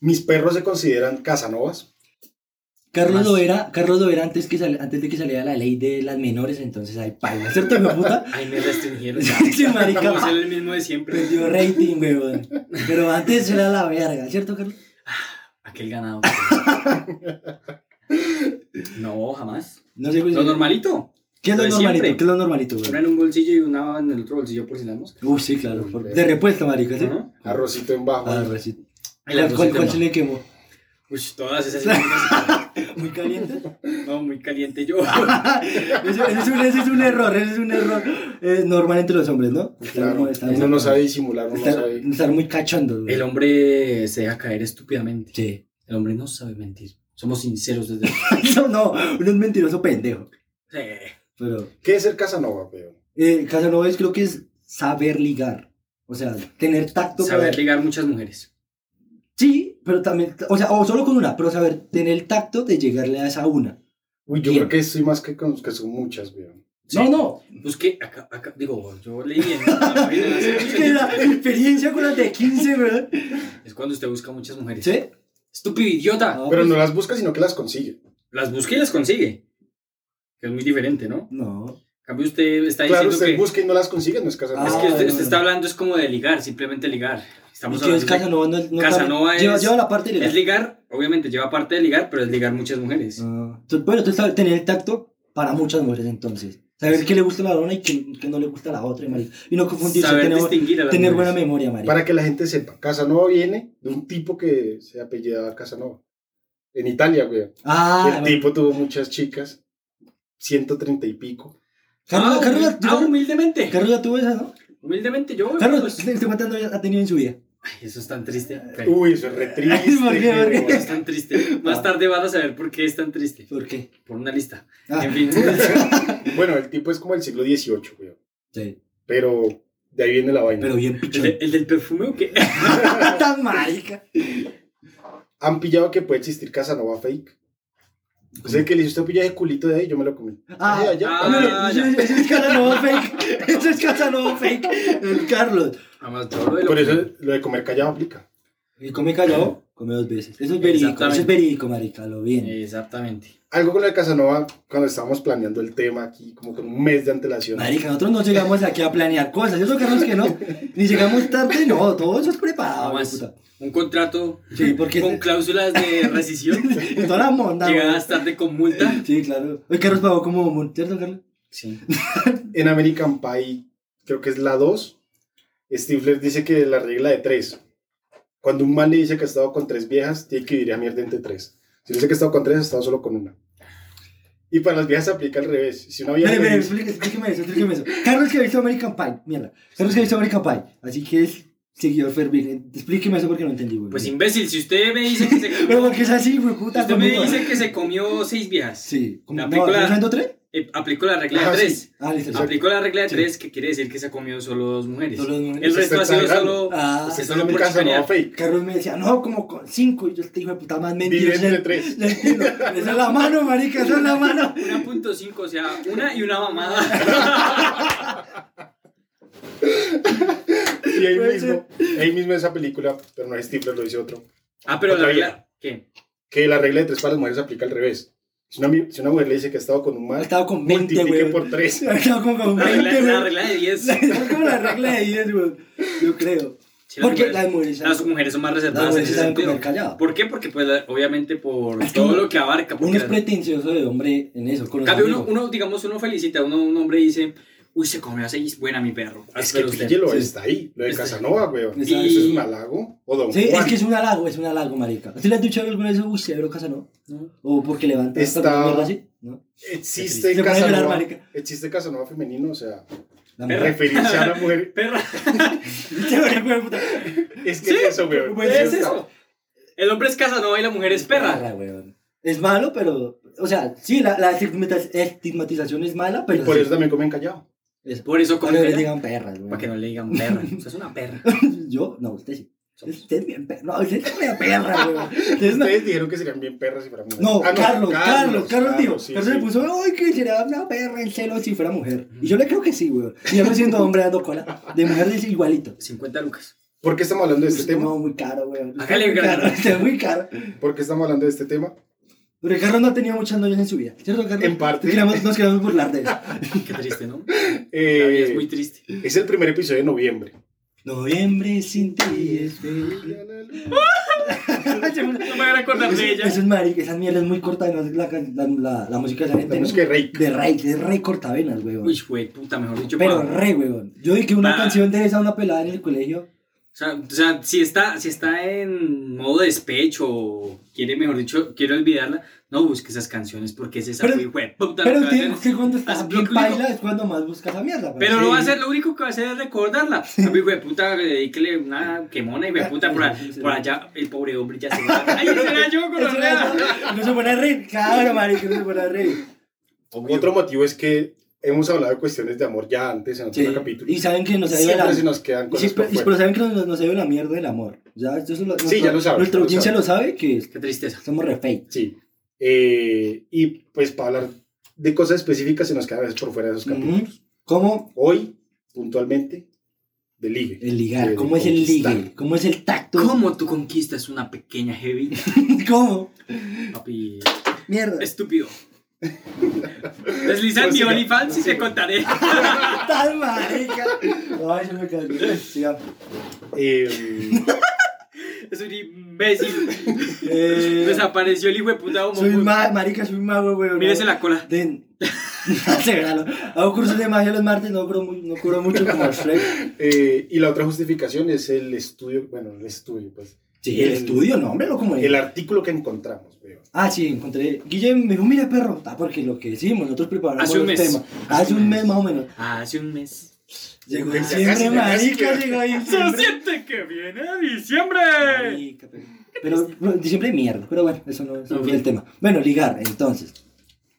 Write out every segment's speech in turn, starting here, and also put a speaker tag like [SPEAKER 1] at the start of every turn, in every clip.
[SPEAKER 1] Mis perros se consideran casanovas.
[SPEAKER 2] Carlos
[SPEAKER 1] Más.
[SPEAKER 2] lo era, Carlos lo era antes, que sal- antes de que saliera la ley de las menores, entonces ahí paila, ¿cierto, hijo de puta?
[SPEAKER 3] Ay, me restringieron. ya.
[SPEAKER 2] Sí, marica,
[SPEAKER 3] Vamos a hacer el mismo de siempre.
[SPEAKER 2] Perdió rating, weón. Pero antes era la verga, ¿cierto, Carlos?
[SPEAKER 3] Aquel ganado. no, jamás.
[SPEAKER 2] No sé, güey.
[SPEAKER 3] Lo normalito.
[SPEAKER 2] ¿Qué es lo
[SPEAKER 3] lo de
[SPEAKER 2] normalito?
[SPEAKER 3] siempre.
[SPEAKER 2] ¿Qué es lo normalito,
[SPEAKER 3] Una
[SPEAKER 2] güey?
[SPEAKER 3] en un bolsillo y una en el otro bolsillo por si la mosca.
[SPEAKER 2] Uh, sí, claro. por- De repuesto, marica, ¿sí?
[SPEAKER 3] Ajá.
[SPEAKER 1] Arrocito en bajo.
[SPEAKER 2] Ah, pues sí.
[SPEAKER 3] El
[SPEAKER 2] ¿Cuál, cuál,
[SPEAKER 3] arrocito,
[SPEAKER 2] cuál
[SPEAKER 3] no.
[SPEAKER 2] se le quemó?
[SPEAKER 3] Uy, todas esas.
[SPEAKER 2] ¿Muy caliente? Ah.
[SPEAKER 3] no, muy caliente yo.
[SPEAKER 2] Eso, eso es un, ese es un error, ese es un error eh, normal entre los hombres, ¿no?
[SPEAKER 1] claro, uno no sabe disimular, uno no
[SPEAKER 2] Estar,
[SPEAKER 1] sabe.
[SPEAKER 2] estar muy cachondos, güey.
[SPEAKER 3] El hombre se deja caer estúpidamente.
[SPEAKER 2] Sí.
[SPEAKER 3] El hombre no sabe mentir. Somos sinceros desde.
[SPEAKER 2] No, no, uno es mentiroso pendejo.
[SPEAKER 3] Sí.
[SPEAKER 2] Pero
[SPEAKER 1] ¿Qué es ser casanova, peón?
[SPEAKER 2] eh, Casanovas creo que es saber ligar. O sea, tener tacto
[SPEAKER 3] Saber
[SPEAKER 2] para-
[SPEAKER 3] ligar muchas mujeres.
[SPEAKER 2] Sí, pero también, o sea, o solo con una, pero saber tener el tacto de llegarle a esa una.
[SPEAKER 1] Uy, yo
[SPEAKER 2] Bien.
[SPEAKER 1] creo que soy más que con que son muchas, weón.
[SPEAKER 3] Sí.
[SPEAKER 2] No, no.
[SPEAKER 3] Pues que acá, acá, digo, yo leí en la Biblia hace
[SPEAKER 2] Es
[SPEAKER 3] mucho
[SPEAKER 2] que
[SPEAKER 3] tiempo.
[SPEAKER 2] la experiencia con las de 15, ¿verdad?
[SPEAKER 3] Es cuando usted busca muchas mujeres.
[SPEAKER 2] ¿Sí?
[SPEAKER 3] Estúpido idiota.
[SPEAKER 2] No,
[SPEAKER 1] Pero
[SPEAKER 2] pues,
[SPEAKER 1] no las busca, sino que las consigue.
[SPEAKER 3] Las busca y las consigue. Que es muy diferente, ¿no?
[SPEAKER 2] no.
[SPEAKER 3] En cambio, usted está
[SPEAKER 1] Claro,
[SPEAKER 3] diciendo
[SPEAKER 1] usted
[SPEAKER 3] que.
[SPEAKER 1] busca y no las consigue, no es
[SPEAKER 3] Es
[SPEAKER 1] casanova.
[SPEAKER 2] Ah,
[SPEAKER 3] que usted,
[SPEAKER 2] no,
[SPEAKER 3] usted
[SPEAKER 2] no.
[SPEAKER 3] está hablando, es como de ligar, simplemente ligar.
[SPEAKER 2] ¿Y
[SPEAKER 3] Estamos
[SPEAKER 2] qué es
[SPEAKER 3] hablando
[SPEAKER 2] Casanova?
[SPEAKER 3] de-
[SPEAKER 2] No, no
[SPEAKER 3] Casanova
[SPEAKER 2] lleva,
[SPEAKER 3] es-
[SPEAKER 2] lleva la parte de la...
[SPEAKER 3] Es ligar, obviamente lleva parte de ligar, pero es ligar muchas mujeres.
[SPEAKER 2] Ah, tú- bueno, tú sabes tener el tacto para muchas mujeres entonces. Saber qué le gusta a la una y qué, qué no le gusta a la otra, marica. Y no confundirse,
[SPEAKER 3] Saber
[SPEAKER 2] tener,
[SPEAKER 3] distinguir a las
[SPEAKER 2] tener buena
[SPEAKER 3] mujeres.
[SPEAKER 2] memoria, marica.
[SPEAKER 1] Para que la gente sepa, Casanova viene de un tipo que se apellidaba Casanova. En Italia, weón.
[SPEAKER 2] Ah,
[SPEAKER 1] el tipo tuvo muchas chicas, 130 y pico.
[SPEAKER 2] Carlos,
[SPEAKER 3] Ah,
[SPEAKER 2] Carlos,
[SPEAKER 3] humil-
[SPEAKER 2] tú-
[SPEAKER 3] ah, humildemente.
[SPEAKER 2] Carlos ya Eh, tuvo esa, ¿no?
[SPEAKER 3] Humildemente yo.
[SPEAKER 2] Carlos,
[SPEAKER 3] pues,
[SPEAKER 2] ¿usted Uh, usted cuántas novias ha tenido en su vida?
[SPEAKER 3] ay, eso es tan triste. Pero-
[SPEAKER 1] Uy, eso es re triste,
[SPEAKER 2] Ay, ¿por qué, por qué?
[SPEAKER 3] Eso
[SPEAKER 1] weón.
[SPEAKER 3] es tan triste. Más tarde van a saber por qué es tan triste.
[SPEAKER 2] ¿Por qué?
[SPEAKER 3] Por una lista.
[SPEAKER 2] Ah,
[SPEAKER 3] En fin.
[SPEAKER 1] Bueno, el tipo es como del siglo XVIII, weón.
[SPEAKER 2] sí,
[SPEAKER 1] Pero de ahí viene la vaina.
[SPEAKER 2] pero bien
[SPEAKER 3] ¿El,
[SPEAKER 2] pichón.
[SPEAKER 3] de- el del perfume o qué?
[SPEAKER 2] Tan marica.
[SPEAKER 1] ¿Han pillado que puede existir Casanova fake? O sea, que le hizo usted pillar ese culito de ahí, yo me lo comí.
[SPEAKER 2] Ah,
[SPEAKER 1] Ay, allá.
[SPEAKER 3] Ah,
[SPEAKER 2] no,
[SPEAKER 3] ya.
[SPEAKER 2] Eso, eso es Casanova fake. Eso es Casanova fake. El Carlos.
[SPEAKER 3] Además, yo lo de lo
[SPEAKER 1] Por
[SPEAKER 3] que-
[SPEAKER 1] eso lo de comer callado aplica.
[SPEAKER 2] Y come callado, come dos veces. Eso es verídico, eso es
[SPEAKER 3] Exactamente.
[SPEAKER 2] verídico, marica, lo bien.
[SPEAKER 3] Exactamente.
[SPEAKER 1] Algo con lo de Casanova, cuando estábamos planeando el tema aquí, como con un mes de antelación.
[SPEAKER 2] Marica, nosotros no llegamos aquí a planear cosas, eso Carlos que no. Ni llegamos tarde, no, todo eso es preparado.
[SPEAKER 3] Jamás.
[SPEAKER 2] puta.
[SPEAKER 3] Un contrato
[SPEAKER 2] Sí, porque
[SPEAKER 3] con cláusulas de rescisión.
[SPEAKER 2] en toda la monda.
[SPEAKER 3] Llegadas tarde con multa.
[SPEAKER 2] güey. Sí, claro. Hoy Carlos pagó como mon- ¿cierto, Carlos?
[SPEAKER 3] Sí.
[SPEAKER 1] En American Pie, creo que es la 2, Stifler dice que la regla de 3. Cuando un man le dice que ha estado con tres viejas, tiene que vivir a mierda entre tres. Si le dice que ha estado con tres, ha estado solo con una. Y para las viejas se aplica al revés. Si una vieja
[SPEAKER 2] Espere,
[SPEAKER 1] le
[SPEAKER 2] espere,
[SPEAKER 1] dice-
[SPEAKER 2] explíqueme, explíqueme eso, explíqueme eso. Carlos que ha visto American Pie, mierda. Carlos que ha visto American Pie, así que es seguidor ferviente. Explíqueme eso porque no entendí, güey.
[SPEAKER 3] Pues imbécil, si usted me dice que se
[SPEAKER 2] Pero
[SPEAKER 3] comió,
[SPEAKER 2] porque es así, güey,
[SPEAKER 3] si
[SPEAKER 2] puta.
[SPEAKER 3] usted me
[SPEAKER 2] conmigo.
[SPEAKER 3] dice que se comió seis viejas,
[SPEAKER 2] Sí. ¿Cómo?
[SPEAKER 3] La
[SPEAKER 2] No,
[SPEAKER 3] película-
[SPEAKER 2] ¿estás usando tres?
[SPEAKER 3] eh, aplicó la regla
[SPEAKER 1] Ah,
[SPEAKER 3] de
[SPEAKER 1] sí.
[SPEAKER 3] tres.
[SPEAKER 2] Ah, listo. exacto.
[SPEAKER 3] Aplicó la regla de
[SPEAKER 2] Sí.
[SPEAKER 3] tres, que quiere decir que se ha comido solo dos mujeres.
[SPEAKER 2] Solo dos mujeres.
[SPEAKER 3] El resto ha
[SPEAKER 1] Está
[SPEAKER 3] sido
[SPEAKER 1] exagerando.
[SPEAKER 3] solo.
[SPEAKER 2] Ah,
[SPEAKER 3] se
[SPEAKER 1] Ese
[SPEAKER 3] solo
[SPEAKER 1] es mi
[SPEAKER 3] por
[SPEAKER 1] Casanova
[SPEAKER 3] chicanear.
[SPEAKER 1] fake.
[SPEAKER 2] Carlos me decía, no, como con cinco. Y yo este hijo de puta más
[SPEAKER 1] Vivir
[SPEAKER 2] mentiroso.
[SPEAKER 1] entre tres.
[SPEAKER 2] Le entiendo. Esa es la mano, marica, esa es la mano.
[SPEAKER 3] 1.5, o sea, una y una mamada.
[SPEAKER 1] Y ahí
[SPEAKER 2] Puede
[SPEAKER 1] mismo, ahí mismo esa película, pero no es Stifler, lo dice otro.
[SPEAKER 3] Ah, pero la
[SPEAKER 1] Otra
[SPEAKER 3] regla. ¿Qué?
[SPEAKER 1] Que la regla de tres para las mujeres se aplica al revés. Si una, mi- si una mujer le dice que ha estado con un
[SPEAKER 2] Ha
[SPEAKER 1] man,
[SPEAKER 2] estado con 20,
[SPEAKER 1] multiplique
[SPEAKER 2] güey.
[SPEAKER 1] por tres.
[SPEAKER 2] Estaba como con
[SPEAKER 3] La regla,
[SPEAKER 2] 20,
[SPEAKER 3] la
[SPEAKER 2] güey.
[SPEAKER 3] regla de 10.
[SPEAKER 2] Es como la regla de 10, güey. Yo creo.
[SPEAKER 3] Sí, las
[SPEAKER 2] Porque
[SPEAKER 3] mujeres-
[SPEAKER 2] las mujeres.
[SPEAKER 3] Las mujeres son más
[SPEAKER 2] Las
[SPEAKER 3] reservadas en
[SPEAKER 2] mujeres
[SPEAKER 3] ese
[SPEAKER 2] saben
[SPEAKER 3] sentido.
[SPEAKER 2] comer callado.
[SPEAKER 3] ¿Por qué? Porque, pues, la- obviamente, por
[SPEAKER 2] Es que
[SPEAKER 3] todo
[SPEAKER 2] uno-
[SPEAKER 3] lo que abarca.
[SPEAKER 2] Uno
[SPEAKER 3] Porque
[SPEAKER 2] es pretencioso de hombre en eso. Con
[SPEAKER 3] en
[SPEAKER 2] los
[SPEAKER 3] cambio, uno,
[SPEAKER 2] amigos.
[SPEAKER 3] uno, digamos, uno felicita, uno, un hombre dice, uy, se comió a seis, buena mi perro. Ah,
[SPEAKER 1] Es que
[SPEAKER 3] pero usted- Este-
[SPEAKER 1] píllelo,
[SPEAKER 2] sí.
[SPEAKER 1] está ahí. Lo de
[SPEAKER 3] Está-
[SPEAKER 1] Casanova, weón.
[SPEAKER 2] Está-
[SPEAKER 1] Eso es un halago. O Don
[SPEAKER 2] Sí,
[SPEAKER 1] Juan.
[SPEAKER 2] es que es un halago, es un halago, marica. ¿Usted le has dicho alguna vez, uy, severo Casanova?
[SPEAKER 3] No.
[SPEAKER 2] ¿O porque levanta?
[SPEAKER 1] Está-
[SPEAKER 2] ¿Por una mierda así? ¿No?
[SPEAKER 1] Existe
[SPEAKER 2] Se pone a llorar,
[SPEAKER 1] Casanova,
[SPEAKER 2] marica.
[SPEAKER 1] existe Casanova femenino, o sea,
[SPEAKER 2] La
[SPEAKER 3] Perra.
[SPEAKER 2] mujer.
[SPEAKER 1] referirse a la mujer.
[SPEAKER 3] Perra.
[SPEAKER 2] Severo, hijo de puta.
[SPEAKER 1] Es que es eso, weón.
[SPEAKER 2] Pues
[SPEAKER 3] es
[SPEAKER 2] está-
[SPEAKER 3] eso. El hombre es casanova y la mujer es perra.
[SPEAKER 2] weón. Es malo, pero. O sea, sí, la, la estigmatiz- estigmatización es mala, pero.
[SPEAKER 1] Por
[SPEAKER 2] sí,
[SPEAKER 1] eso también comen callado.
[SPEAKER 2] es-
[SPEAKER 3] Por eso
[SPEAKER 2] para que
[SPEAKER 3] comen
[SPEAKER 2] les
[SPEAKER 3] perra.
[SPEAKER 2] digan perras,
[SPEAKER 3] Para que
[SPEAKER 2] weón.
[SPEAKER 3] no le digan perra. Usted es una perra.
[SPEAKER 2] Yo, no, usted sí. Usted es bien perra. No, usted es una perra, weón. Usted es una-
[SPEAKER 1] Ustedes dijeron que serían bien perras si fueran mujeres.
[SPEAKER 2] No,
[SPEAKER 1] Ah,
[SPEAKER 2] Carlos, Carlos, Carlos, tío.
[SPEAKER 1] sí,
[SPEAKER 2] Carlos se
[SPEAKER 1] sí.
[SPEAKER 2] puso, ay, que será una perra en celo si fuera mujer. Y yo le creo que sí, weón. Y yo me siento hombre dando cola. De mujer dice igualito.
[SPEAKER 3] 50 lucas.
[SPEAKER 1] ¿Por qué estamos hablando de este
[SPEAKER 2] Uy,
[SPEAKER 1] tema? Ah,
[SPEAKER 2] No, muy caro, weón.
[SPEAKER 3] Hágale,
[SPEAKER 2] muy caro,
[SPEAKER 3] hágale.
[SPEAKER 2] está muy caro.
[SPEAKER 1] ¿Por qué estamos hablando de este tema?
[SPEAKER 2] Pero el Carlos no ha tenido muchas novias en su vida, ¿cierto, Carlos?
[SPEAKER 1] En parte.
[SPEAKER 2] Nos queremos, nos queremos burlar de eso.
[SPEAKER 3] Qué triste, ¿no?
[SPEAKER 1] Eh,
[SPEAKER 3] La vida es muy triste.
[SPEAKER 1] es el primer episodio de noviembre.
[SPEAKER 2] Noviembre sin ti es feliz.
[SPEAKER 3] No me van a acordar de ella.
[SPEAKER 2] Eso es marica, esa mierda es muy corta, no es la, can- la, la, la música de esa gente.
[SPEAKER 1] Tenemos
[SPEAKER 2] ¿no?
[SPEAKER 1] que reír.
[SPEAKER 2] De Ray, es re cortavenas, weón.
[SPEAKER 3] Uy, güey, puta, mejor dicho.
[SPEAKER 2] Pero
[SPEAKER 3] pa-
[SPEAKER 2] re, weón. Yo vi que una
[SPEAKER 3] Pa.
[SPEAKER 2] canción de esa una pelada en el colegio.
[SPEAKER 3] O sea, o sea, si, está, si está en modo despecho, o quiere, mejor dicho, quiere olvidarla, no busque esas canciones porque es esa
[SPEAKER 2] Pero-
[SPEAKER 3] muy güey, puta,
[SPEAKER 2] Pero
[SPEAKER 3] no
[SPEAKER 2] entiendo
[SPEAKER 3] canciones.
[SPEAKER 2] que cuando
[SPEAKER 3] Ah,
[SPEAKER 2] estás
[SPEAKER 3] lo
[SPEAKER 2] bien
[SPEAKER 3] único-
[SPEAKER 2] paila es cuando más buscas esa mierda. pues. weón.
[SPEAKER 3] Pero
[SPEAKER 2] Sí.
[SPEAKER 3] no va a ser lo único que va a hacer es recordarla. A mi güey, puta, eh, le dedíquele una quemona y me puta por, a- por allá. El pobre hombre ya se va. ¡Ay, será yo,
[SPEAKER 2] Eso
[SPEAKER 3] coronela!
[SPEAKER 2] es- No se pone a reír, claro, marica, no se pone a reír.
[SPEAKER 1] Otro motivo es que hemos hablado de cuestiones de amor ya antes en otro
[SPEAKER 2] Sí.
[SPEAKER 1] capítulo.
[SPEAKER 2] Y saben que nos ha ido
[SPEAKER 1] siempre
[SPEAKER 2] la...
[SPEAKER 1] se nos quedan
[SPEAKER 2] y
[SPEAKER 1] cosas
[SPEAKER 2] siempre-
[SPEAKER 1] por
[SPEAKER 2] y-
[SPEAKER 1] fuera.
[SPEAKER 2] pero saben que nos, nos ha ido la mierda del amor. Ya, eso es lo- nuestra-
[SPEAKER 1] ya lo saben,
[SPEAKER 2] Nuestra
[SPEAKER 1] lo
[SPEAKER 2] audiencia
[SPEAKER 1] saben.
[SPEAKER 2] lo sabe que
[SPEAKER 3] Qué tristeza.
[SPEAKER 2] somos re fake.
[SPEAKER 1] Sí. Eh, y pues para hablar de cosas específicas se nos quedan a veces por fuera de esos capítulos.
[SPEAKER 2] Ujú. ¿Cómo
[SPEAKER 1] Hoy, puntualmente, de ligue.
[SPEAKER 2] el ligar?
[SPEAKER 1] De
[SPEAKER 2] ¿Cómo es el
[SPEAKER 1] conquistar.
[SPEAKER 2] ligue? ¿Cómo es el tacto?
[SPEAKER 3] ¿Cómo tú conquistas una pequeña heavy?
[SPEAKER 2] ¿Cómo?
[SPEAKER 3] Papi,
[SPEAKER 2] Mierda.
[SPEAKER 3] estúpido. Desliza en mi
[SPEAKER 1] Prosiga.
[SPEAKER 3] OnlyFans y te contaré.
[SPEAKER 2] Tan marica. Ay, yo me cagué. Siga.
[SPEAKER 1] Eh,
[SPEAKER 3] Es un imbécil.
[SPEAKER 2] Eh,
[SPEAKER 3] Desapareció el hijo de puta homo.
[SPEAKER 2] soy un ma- marica, soy un mago, weón.
[SPEAKER 3] Mírese la cola.
[SPEAKER 2] Den. Se regalo. Hago cursos de magia los martes, no curo, muy- no curo mucho como Shrek.
[SPEAKER 1] eh, y la otra justificación es el estudio, bueno, el estudio, pues.
[SPEAKER 2] Sí, el estudio, no, hombre, lo como
[SPEAKER 1] El artículo que encontramos, weón.
[SPEAKER 2] Ah, sí, encontré. Guillem me dijo, mira, perro. Ah, porque lo que decimos, nosotros preparamos
[SPEAKER 3] Hace
[SPEAKER 2] los
[SPEAKER 3] un mes.
[SPEAKER 2] temas. Hace un mes más o menos.
[SPEAKER 3] Hace un mes.
[SPEAKER 2] Llegó
[SPEAKER 1] Ya casi,
[SPEAKER 2] diciembre,
[SPEAKER 1] ya casi,
[SPEAKER 2] marica,
[SPEAKER 1] ya.
[SPEAKER 2] llegó
[SPEAKER 3] Se
[SPEAKER 2] diciembre.
[SPEAKER 3] siente que viene diciembre.
[SPEAKER 2] Marica, pero- Pero bueno, diciembre mierda, pero bueno, eso no, eso no
[SPEAKER 3] Ok.
[SPEAKER 2] es el tema. Bueno, ligar, entonces.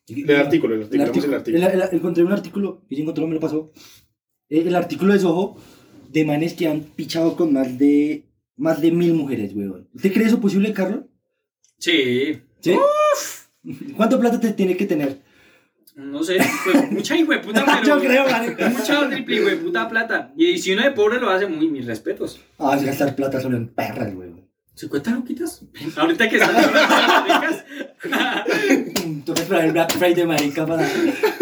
[SPEAKER 1] El artículo, el artículo, vamos al artículo.
[SPEAKER 2] El- el- encontré un artículo, y encontró, me lo pasó. Eh, El artículo de Soho de manes que han pichado con más de más de mil mujeres, weón. ¿Usted cree eso posible, Carlos?
[SPEAKER 3] Sí.
[SPEAKER 2] ¿Sí? ¿Cuánto plata te tiene que tener?
[SPEAKER 3] No sé, pues, mucha hijueputa, pero...
[SPEAKER 2] Ah, Yo creo, marica.
[SPEAKER 3] Mucha triple hijueputa plata. Y si uno de pobre lo hace, muy mis respetos.
[SPEAKER 2] Ah, es gastar plata solo en perras, weón.
[SPEAKER 3] ¿50 loquitas? Ahorita que están las ricas.
[SPEAKER 2] Toca esperar el Black Friday, marica, para...